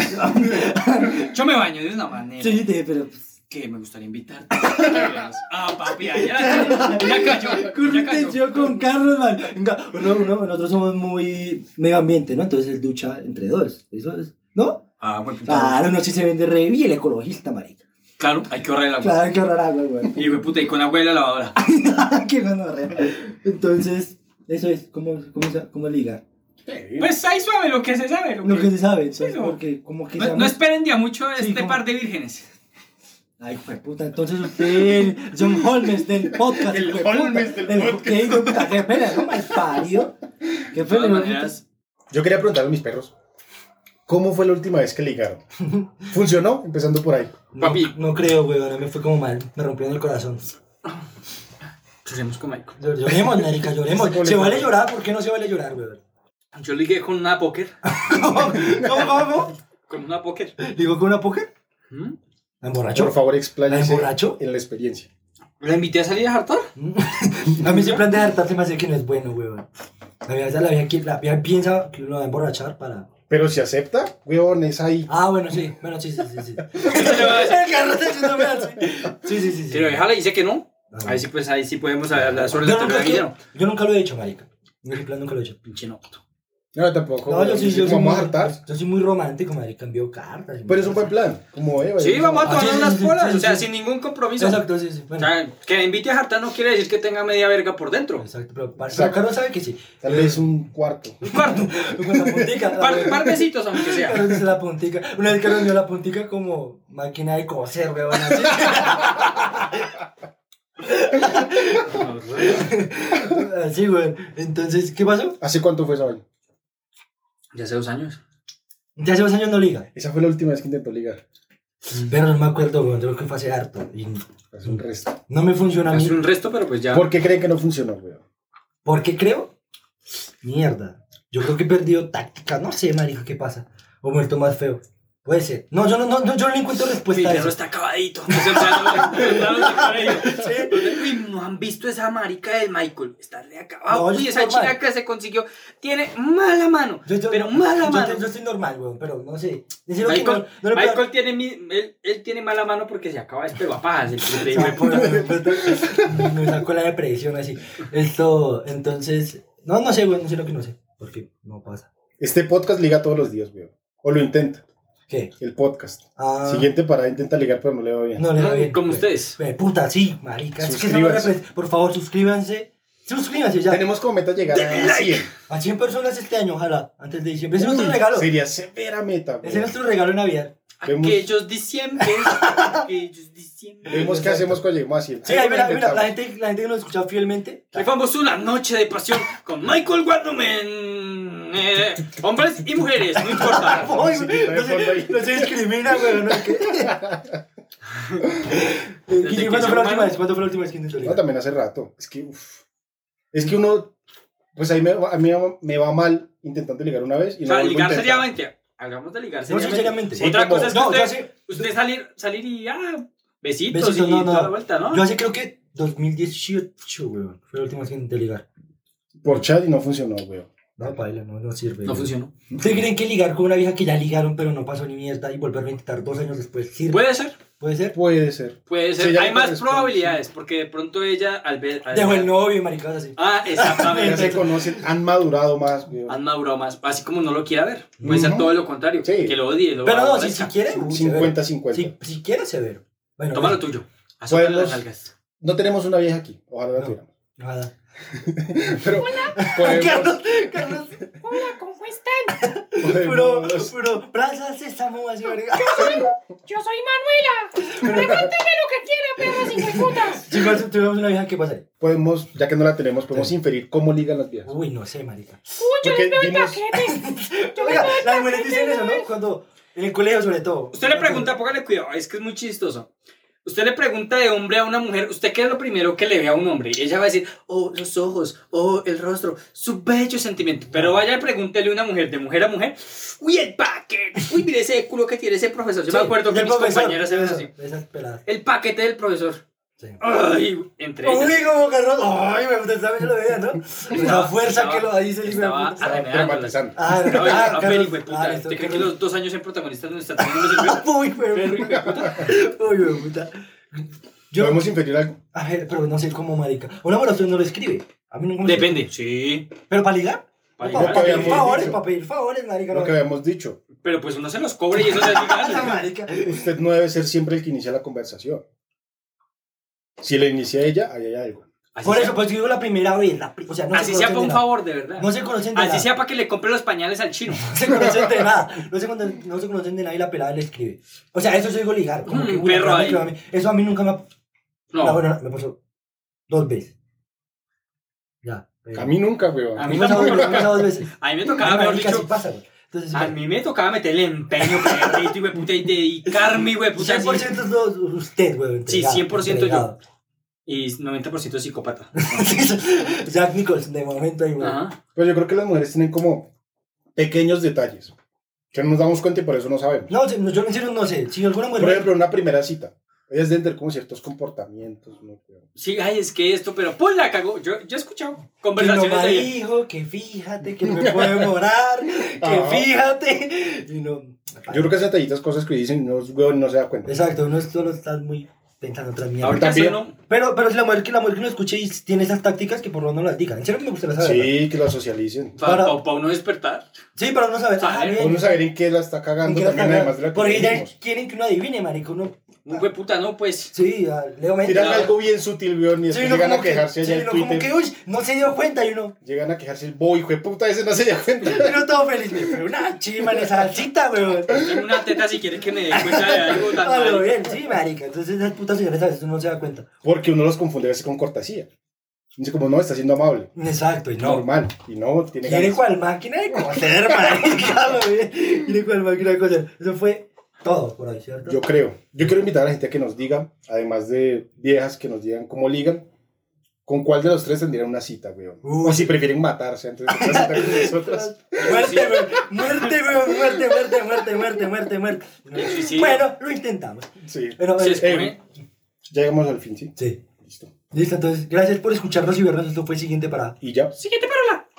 [SPEAKER 3] yo me baño de una manera
[SPEAKER 2] Sí, te- pero pues,
[SPEAKER 3] que me gustaría invitar. Ah, papi, ya, ya, ya cayó, ya
[SPEAKER 2] curte
[SPEAKER 3] cayó.
[SPEAKER 2] yo con Carlos, man. Venga, uno, uno, nosotros somos muy medio ambiente, ¿no? Entonces es ducha entre dos. Eso es, ¿no?
[SPEAKER 3] Ah, bueno, puta.
[SPEAKER 2] Claro, no si se vende re bien el ecologista, marica.
[SPEAKER 3] claro, hay que ahorrar el agua.
[SPEAKER 2] Claro, hay que ahorrar agua, güey.
[SPEAKER 3] Y güey, puta, y con agua y la lavadora.
[SPEAKER 2] Qué gonorrea. Entonces, eso es, ¿cómo, cómo, se- cómo ligar?
[SPEAKER 1] Sí.
[SPEAKER 3] Pues ahí suave lo que se sabe. Lo
[SPEAKER 2] Lo
[SPEAKER 3] que-
[SPEAKER 2] que se sabe, entonces,
[SPEAKER 3] Sí, no.
[SPEAKER 2] porque como que
[SPEAKER 3] No,
[SPEAKER 2] seamos-
[SPEAKER 3] no esperen ya mucho de
[SPEAKER 2] Sí,
[SPEAKER 3] este
[SPEAKER 2] como-
[SPEAKER 3] par de vírgenes.
[SPEAKER 2] Ay, fue puta, entonces usted, el John Holmes del podcast.
[SPEAKER 1] El
[SPEAKER 2] hijueputa.
[SPEAKER 1] Holmes del
[SPEAKER 2] El-
[SPEAKER 1] podcast.
[SPEAKER 2] ¿Qué hijueputa? ¿Qué pena, no mal parido? ¿Qué
[SPEAKER 3] De todas
[SPEAKER 2] pena,
[SPEAKER 3] maneras,
[SPEAKER 1] Yo quería preguntarle a mis perros, ¿cómo fue la última vez que ligaron? ¿Funcionó? Empezando por ahí.
[SPEAKER 2] no,
[SPEAKER 3] papi.
[SPEAKER 2] No creo, güey, ahora me fue como mal, me rompieron el corazón.
[SPEAKER 3] choremos con Michael.
[SPEAKER 2] Llor- Lloremos, Narica, lloremos.
[SPEAKER 1] Sí,
[SPEAKER 2] Se vale llorar, ¿por qué no se vale llorar, güey?
[SPEAKER 3] Yo ligué con una póker.
[SPEAKER 2] ¿Cómo, cómo?
[SPEAKER 3] Con una póker.
[SPEAKER 2] ¿Digo con una póker?
[SPEAKER 3] ¿Mm?
[SPEAKER 2] ¿La emborrachó?
[SPEAKER 1] Por favor, expláyese
[SPEAKER 2] ¿La emborrachó?
[SPEAKER 1] en la experiencia.
[SPEAKER 3] La invité a salir a jartar.
[SPEAKER 2] A mí ese plan de hartarse me hace que no es bueno, güey. La vida, la vida, que- la vida piensa que uno va a emborrachar para...
[SPEAKER 1] Pero si acepta, weón, es ahí.
[SPEAKER 2] Ah, bueno, sí, bueno, sí, sí, sí. sí.
[SPEAKER 3] El
[SPEAKER 2] Sí, sí, sí. sí.
[SPEAKER 3] Pero déjala, dice que no.
[SPEAKER 2] Ah,
[SPEAKER 3] Ahí sí, pues ahí sí podemos hablar sobre
[SPEAKER 2] Yo
[SPEAKER 3] la
[SPEAKER 2] nunca,
[SPEAKER 3] teoría de Guillermo.
[SPEAKER 2] yo nunca lo he hecho, marica. Yo en plan nunca lo he hecho.
[SPEAKER 3] Pinche nocto.
[SPEAKER 1] No, tampoco.
[SPEAKER 2] No, yo sí, yo soy,
[SPEAKER 1] vamos a
[SPEAKER 2] muy,
[SPEAKER 1] hartar.
[SPEAKER 2] yo soy muy romántico, marica. Envío cartas. y
[SPEAKER 1] Pero es un buen
[SPEAKER 2] cosas.
[SPEAKER 1] plan. Como, eh,
[SPEAKER 3] Sí, vamos a
[SPEAKER 2] Ah, sí,
[SPEAKER 3] tomar
[SPEAKER 2] sí,
[SPEAKER 3] unas
[SPEAKER 2] sí,
[SPEAKER 3] polas.
[SPEAKER 2] sí,
[SPEAKER 3] O sea,
[SPEAKER 2] sí.
[SPEAKER 3] sin ningún compromiso.
[SPEAKER 2] Exacto, sí, sí.
[SPEAKER 3] O
[SPEAKER 2] Bueno,
[SPEAKER 3] sea, que me invite a jartar no quiere decir que tenga media verga por dentro.
[SPEAKER 2] exacto. Pero, par-
[SPEAKER 1] Exacto.
[SPEAKER 2] pero Carlos sabe que sí.
[SPEAKER 1] Tal vez un cuarto.
[SPEAKER 3] Un cuarto.
[SPEAKER 2] Con la puntica.
[SPEAKER 3] Par, par besitos, aunque sea.
[SPEAKER 2] Carlos hizo la puntica. Una vez Carlos dio la puntica como máquina de coser, weón. así. Así, weón. Entonces, ¿qué pasó?
[SPEAKER 1] ¿Hace cuánto fue esa vaina?
[SPEAKER 3] Ya hace dos años.
[SPEAKER 2] Ya hace dos años no liga.
[SPEAKER 1] Esa fue la última vez que intentó ligar.
[SPEAKER 2] Pero no me acuerdo, weón. Creo que fue hace harto. Y
[SPEAKER 1] Hace un resto.
[SPEAKER 2] no me funciona a mí.
[SPEAKER 3] Es un resto, pero pues ya.
[SPEAKER 1] ¿Por qué creen que no funcionó, weón?
[SPEAKER 2] Porque creo, mierda, yo creo que he perdido táctica, no sé, marica, qué pasa. O muerto más feo. Puede ser. No, yo no, no, no, yo no le encuentro
[SPEAKER 3] Mi
[SPEAKER 2] respuesta a
[SPEAKER 3] perro
[SPEAKER 2] eso.
[SPEAKER 3] está acabadito. Pues, o sea, no- no- no- no- Uy, no han visto esa marica del Michael. Está re acabado.
[SPEAKER 2] No, yo
[SPEAKER 3] Uy,
[SPEAKER 2] estoy
[SPEAKER 3] esa
[SPEAKER 2] normal.
[SPEAKER 3] china que se consiguió tiene mala mano.
[SPEAKER 2] Yo- yo-
[SPEAKER 3] pero mala
[SPEAKER 2] yo-
[SPEAKER 3] mano.
[SPEAKER 2] Yo, yo estoy normal, weón, pero no sé. En serio que
[SPEAKER 3] Michael,
[SPEAKER 2] no, no le puedo-
[SPEAKER 3] Michael tiene mi- él, él tiene mala mano porque se acaba de pero a pajas. El triple hijo de
[SPEAKER 2] Me
[SPEAKER 3] puta.
[SPEAKER 2] puta, me sacó la depresión así. Esto, entonces. No, no sé, weón, no sé lo que no sé. Porque no pasa.
[SPEAKER 1] Este podcast liga todos los días, weón. O lo intenta.
[SPEAKER 2] ¿Qué?
[SPEAKER 1] El podcast.
[SPEAKER 2] Ah,
[SPEAKER 1] Siguiente parada intenta ligar, pero no le va bien.
[SPEAKER 2] No le va bien.
[SPEAKER 3] Como
[SPEAKER 2] weón.
[SPEAKER 3] ustedes.
[SPEAKER 2] Eh, puta, sí, marica. Es que eso no
[SPEAKER 1] Suscríbanse.
[SPEAKER 2] repres- por favor, suscríbanse. Suscríbanse ya.
[SPEAKER 1] Tenemos como meta llegar a 100.
[SPEAKER 2] A 100 personas este año, ojalá, antes de diciembre. Ese es nuestro
[SPEAKER 1] Uy,
[SPEAKER 2] regalo.
[SPEAKER 1] Sería severa meta,
[SPEAKER 2] Ese es
[SPEAKER 1] weón.
[SPEAKER 2] nuestro regalo de Navidad.
[SPEAKER 1] Vemos-
[SPEAKER 3] Aquellos diciembre. Aquellos diciembre.
[SPEAKER 1] Vemos qué
[SPEAKER 2] Exacto.
[SPEAKER 1] hacemos cuando lleguemos a 100.
[SPEAKER 2] Sí, ahí mira,
[SPEAKER 1] lo
[SPEAKER 2] mira, la
[SPEAKER 1] intentamos.
[SPEAKER 2] gente, la gente que nos escucha fielmente.
[SPEAKER 3] Rifamos una noche de pasión con Michael Waterman. Eh, hombres y mujeres, no importa.
[SPEAKER 2] Ay,
[SPEAKER 1] musiquita
[SPEAKER 2] güey,
[SPEAKER 1] de
[SPEAKER 2] no,
[SPEAKER 1] fondo ahí.
[SPEAKER 2] se, no se discrimina, güey. No, ¿qué? Eh,
[SPEAKER 3] Desde
[SPEAKER 2] Guille,
[SPEAKER 3] que
[SPEAKER 2] ¿Cuándo
[SPEAKER 3] sea
[SPEAKER 2] fue la
[SPEAKER 3] humano.
[SPEAKER 2] última vez? ¿Cuándo fue la última vez que intentó
[SPEAKER 1] No,
[SPEAKER 2] ligar?
[SPEAKER 1] también hace rato. Es que, uff. Es que uno, pues ahí me, va- a mí me va mal intentando ligar una vez y
[SPEAKER 3] O
[SPEAKER 1] no
[SPEAKER 3] sea,
[SPEAKER 1] vuelvo a
[SPEAKER 3] ligar
[SPEAKER 1] intentar.
[SPEAKER 3] seriamente. Hagamos de ligar
[SPEAKER 2] No, sinceramente.
[SPEAKER 3] Sí, Otra
[SPEAKER 1] como-
[SPEAKER 3] cosa es que
[SPEAKER 2] No, yo
[SPEAKER 3] usted,
[SPEAKER 2] hace,
[SPEAKER 3] usted salir, salir y ah, besitos,
[SPEAKER 2] Besitos,
[SPEAKER 3] y
[SPEAKER 2] no, no.
[SPEAKER 3] toda la vuelta, ¿no?
[SPEAKER 2] yo hace creo que 2018, güey. Fue la última vez que intenté ligar.
[SPEAKER 1] Por chat y no funcionó, weón.
[SPEAKER 2] No, paila, no, no sirve.
[SPEAKER 3] no
[SPEAKER 2] güey.
[SPEAKER 3] funcionó.
[SPEAKER 2] ¿Ustedes creen que ligar con una vieja que ya ligaron pero no pasó ni mierda y volverlo a intentar dos años después sirve?
[SPEAKER 3] Puede ser,
[SPEAKER 2] ¿Puede ser?
[SPEAKER 1] Puede ser.
[SPEAKER 3] puede
[SPEAKER 1] Sí,
[SPEAKER 3] ser.
[SPEAKER 1] ya
[SPEAKER 3] Hay
[SPEAKER 1] le
[SPEAKER 3] más
[SPEAKER 1] corresponde,
[SPEAKER 3] probabilidades, porque de pronto ella al ver. al-
[SPEAKER 2] Dejo el novio y maricadas así.
[SPEAKER 3] Ah,
[SPEAKER 1] Ya
[SPEAKER 3] exactamente.
[SPEAKER 1] se conocen, han madurado más, weón.
[SPEAKER 3] Han madurado más, así como no lo quiera ver. Puede ser
[SPEAKER 1] Ujú.
[SPEAKER 3] todo lo contrario.
[SPEAKER 1] Sí.
[SPEAKER 3] Que lo odie, lo
[SPEAKER 2] Pero no, si, si
[SPEAKER 3] aborrezca.
[SPEAKER 2] quiere, uy, severo.
[SPEAKER 1] 50-50.
[SPEAKER 2] Si, si quiere, severo. Bueno,
[SPEAKER 3] Toma lo
[SPEAKER 2] no, Pues
[SPEAKER 3] tuyo. Azúcar las
[SPEAKER 1] Podemos-
[SPEAKER 3] algas.
[SPEAKER 1] No tenemos una vieja aquí. Ojalá la
[SPEAKER 2] No.
[SPEAKER 1] tuviéramos.
[SPEAKER 2] Nada.
[SPEAKER 1] Pero podemos,
[SPEAKER 2] Carlos, Carlos,
[SPEAKER 4] Hola, ¿cómo están?
[SPEAKER 1] pues,
[SPEAKER 2] puro,
[SPEAKER 1] podemos-
[SPEAKER 2] puro, plaza, sésamo, así, verga.
[SPEAKER 4] Yo soy Manuela. Pregúnteme lo que quiera, perros y hueputas.
[SPEAKER 2] Si igual tuvimos una vieja, ¿qué pasaría?
[SPEAKER 1] podemos, ya que no la tenemos, podemos inferir cómo ligan las viejas.
[SPEAKER 2] Uy, no sé, marica.
[SPEAKER 4] Uy, yo
[SPEAKER 1] Porque
[SPEAKER 4] les veo el
[SPEAKER 1] dimos-
[SPEAKER 4] paquete. Yo les
[SPEAKER 2] Oiga,
[SPEAKER 4] veo el
[SPEAKER 2] las mujeres
[SPEAKER 4] paquete,
[SPEAKER 2] dicen eso,
[SPEAKER 4] güey.
[SPEAKER 2] ¿no? Cuando, en el colegio sobre todo.
[SPEAKER 3] Usted le pregunta, póngale cuidado, es que es muy chistoso. Usted le pregunta de hombre a una mujer, ¿usted qué es lo primero que le ve a un hombre? Y ella va a decir, oh, los ojos, oh, el rostro, su bello sentimiento. Pero vaya y pregúntele a una mujer, de mujer a mujer, uy, el paquete, uy, mire ese culo que tiene ese profesor. Yo me
[SPEAKER 2] Sí,
[SPEAKER 3] acuerdo que
[SPEAKER 2] del
[SPEAKER 3] mis
[SPEAKER 2] profesor,
[SPEAKER 3] compañeras eran
[SPEAKER 2] eso,
[SPEAKER 3] así.
[SPEAKER 2] Esas peladas.
[SPEAKER 3] El paquete del profesor.
[SPEAKER 2] Sí.
[SPEAKER 3] Ay, entre ellas.
[SPEAKER 2] Uy, como que roto. Ay, me gusta, ¿sabes? Yo lo veía, ¿no? La
[SPEAKER 3] Estaba-
[SPEAKER 2] fuerza
[SPEAKER 3] estaba-
[SPEAKER 2] que lo dice el hijo de
[SPEAKER 3] estaba
[SPEAKER 2] puta.
[SPEAKER 1] Estaba
[SPEAKER 3] arremedándolas.
[SPEAKER 1] traumatizando.
[SPEAKER 2] Ah,
[SPEAKER 3] No,
[SPEAKER 2] ah,
[SPEAKER 3] ah,
[SPEAKER 2] Carlos,
[SPEAKER 3] Feli, güey, puta.
[SPEAKER 2] ah, esto,
[SPEAKER 3] ¿Usted cree que
[SPEAKER 2] Carlos.
[SPEAKER 3] los dos años en protagonistas no están teniendo los efectos?
[SPEAKER 2] Uy, pero. Uy, güey, puta. Yo,
[SPEAKER 1] Podemos inferir algo.
[SPEAKER 2] a ver, pero no sé cómo, marica. Una mora usted no lo escribe. A mí no me
[SPEAKER 3] Depende. Sí.
[SPEAKER 2] ¿Pero para ligar?
[SPEAKER 3] Para
[SPEAKER 2] Pa-
[SPEAKER 1] ligar,
[SPEAKER 2] pa-
[SPEAKER 1] sí.
[SPEAKER 2] pedir favores,
[SPEAKER 1] Dicho.
[SPEAKER 2] para pedir favores, marica.
[SPEAKER 1] Lo
[SPEAKER 2] No,
[SPEAKER 1] que habíamos dicho.
[SPEAKER 3] Pero pues uno se los cobra y eso ya
[SPEAKER 2] Esa
[SPEAKER 3] llega.
[SPEAKER 2] marica.
[SPEAKER 1] Usted no debe ser siempre el que inicia la conversación. Si le inicia ella, ahí hay algo.
[SPEAKER 3] Así
[SPEAKER 2] Por
[SPEAKER 3] sea-
[SPEAKER 2] eso, pues yo digo la primera vez. la pri- o sea, no se
[SPEAKER 3] así
[SPEAKER 2] conocen
[SPEAKER 3] sea para
[SPEAKER 2] de
[SPEAKER 3] un
[SPEAKER 2] nada.
[SPEAKER 3] favor, de verdad.
[SPEAKER 2] No se conocen de
[SPEAKER 3] Así
[SPEAKER 2] nada.
[SPEAKER 3] sea para que le compre los pañales al chino.
[SPEAKER 2] No se conocen de nada. No se, conocen, no se conocen de nada y la pelada le escribe. O sea, eso yo digo ligar. Como
[SPEAKER 3] Mm,
[SPEAKER 2] que, uy,
[SPEAKER 3] perro
[SPEAKER 2] la pelada me
[SPEAKER 3] ahí.
[SPEAKER 2] escribe a mí. Eso a mí nunca me ha.
[SPEAKER 3] No.
[SPEAKER 2] No, Ah, bueno, me pasó dos veces. Ya. pero-
[SPEAKER 1] A mí nunca, weón.
[SPEAKER 3] A
[SPEAKER 2] A
[SPEAKER 3] mí
[SPEAKER 2] mí me pasó
[SPEAKER 3] tampoco,
[SPEAKER 2] me
[SPEAKER 3] nunca.
[SPEAKER 2] pasó dos veces.
[SPEAKER 3] A mí me tocaba, mejor
[SPEAKER 2] Marica, sí
[SPEAKER 3] dicho,
[SPEAKER 2] pasa, güey. Entonces,
[SPEAKER 3] a mí me tocaba meter el empeño, perrito, y hueputa, y dedicarme, hueputa, así.
[SPEAKER 2] 100% es lo- usted, güey. entregado,
[SPEAKER 3] 100% yo.
[SPEAKER 2] entregado.
[SPEAKER 3] Y 90% psicópata.
[SPEAKER 2] Jack Nicholson, de momento ahí, güey.
[SPEAKER 3] Ajá.
[SPEAKER 1] Pero Pues yo creo que las mujeres tienen como pequeños detalles que no nos damos cuenta y por eso no sabemos.
[SPEAKER 2] No, si- no, yo en serio no sé. Si alguna mujer.
[SPEAKER 1] Por ejemplo, en una primera cita, ellas deben tener como ciertos comportamientos. ¿no?
[SPEAKER 3] Sí, ay, es que esto, pero pues la cagó. Yo, yo he escuchado
[SPEAKER 2] que no
[SPEAKER 3] conversaciones
[SPEAKER 2] me
[SPEAKER 3] de ella.
[SPEAKER 2] dijo, que fíjate, que me puede morar, que
[SPEAKER 1] Ah.
[SPEAKER 2] fíjate. Y no.
[SPEAKER 1] Yo creo que esas detallitas, cosas que dicen, no, weón, no se da cuenta.
[SPEAKER 2] Exacto, uno solo está muy pensando otras mierdas.
[SPEAKER 3] Ahorita sí,
[SPEAKER 1] También.
[SPEAKER 3] ¿no?
[SPEAKER 2] Pero, pero si la mujer que la mujer que no escuche y tiene esas tácticas que por lo menos no las diga. En serio me gustaría saber.
[SPEAKER 1] Sí, que las socialicen.
[SPEAKER 3] Para,
[SPEAKER 2] Para-
[SPEAKER 3] uno despertar.
[SPEAKER 2] Sí, para uno saber. Ah,
[SPEAKER 3] Saber.
[SPEAKER 2] bien.
[SPEAKER 1] Uno saber en qué la está
[SPEAKER 2] ¿En
[SPEAKER 1] cagando
[SPEAKER 2] qué la
[SPEAKER 1] también,
[SPEAKER 2] caga?
[SPEAKER 1] además de la que
[SPEAKER 2] Porque ya
[SPEAKER 1] dijimos.
[SPEAKER 2] quieren que uno adivine, marico. Uno...
[SPEAKER 3] Un hueputa, no, pues.
[SPEAKER 2] Sí, ah, a- Leo Messi.
[SPEAKER 1] Tiran algo bien sutil, weón, y después
[SPEAKER 2] no,
[SPEAKER 1] llegan
[SPEAKER 2] como
[SPEAKER 1] a quejarse
[SPEAKER 2] que,
[SPEAKER 1] allá
[SPEAKER 2] sí,
[SPEAKER 1] en
[SPEAKER 2] no,
[SPEAKER 1] Twitter.
[SPEAKER 2] como que, uy, no se dio cuenta y uno.
[SPEAKER 1] Llegan a quejarse el boy, hijo de puta, ese no se da cuenta.
[SPEAKER 2] Pero todo feliz, me fue una chima en esa salsita, weón.
[SPEAKER 3] Dame una teta si quieres que me dé cuenta de algo tan
[SPEAKER 2] Ah, lo
[SPEAKER 3] mal.
[SPEAKER 2] bien, sí, marica. Entonces esas putas señores a veces uno no se da cuenta.
[SPEAKER 1] Porque uno los confunde a veces con cortesía. Dice como, no, está siendo amable.
[SPEAKER 2] Exacto, y no.
[SPEAKER 1] Normal. Y no, tiene
[SPEAKER 2] Quiere
[SPEAKER 1] ganas.
[SPEAKER 2] cual máquina de coser, marica, lo bien. Quiere cual máquina de coser. Eso fue todo por ahí, ¿cierto?
[SPEAKER 1] Yo creo. Yo quiero invitar a la gente a que nos diga, además de viejas que nos digan cómo ligan, con cuál de los tres tendrían una cita, weón.
[SPEAKER 2] Uy.
[SPEAKER 1] O si prefieren matarse antes de una cita con nosotros.
[SPEAKER 2] Muerte, weón. Muerte, weón. Muerte, muerte, muerte, muerte, muerte, muerte.
[SPEAKER 3] El suicidio.
[SPEAKER 2] Bueno, lo intentamos.
[SPEAKER 1] Sí.
[SPEAKER 2] Pero,
[SPEAKER 3] Se
[SPEAKER 2] eh,
[SPEAKER 3] expone.
[SPEAKER 1] Ya llegamos al fin, ¿sí?
[SPEAKER 2] sí.
[SPEAKER 1] Listo.
[SPEAKER 2] Listo, entonces, gracias por escucharnos y vernos. Esto fue el siguiente para.
[SPEAKER 1] Y ya.
[SPEAKER 3] Siguiente parola.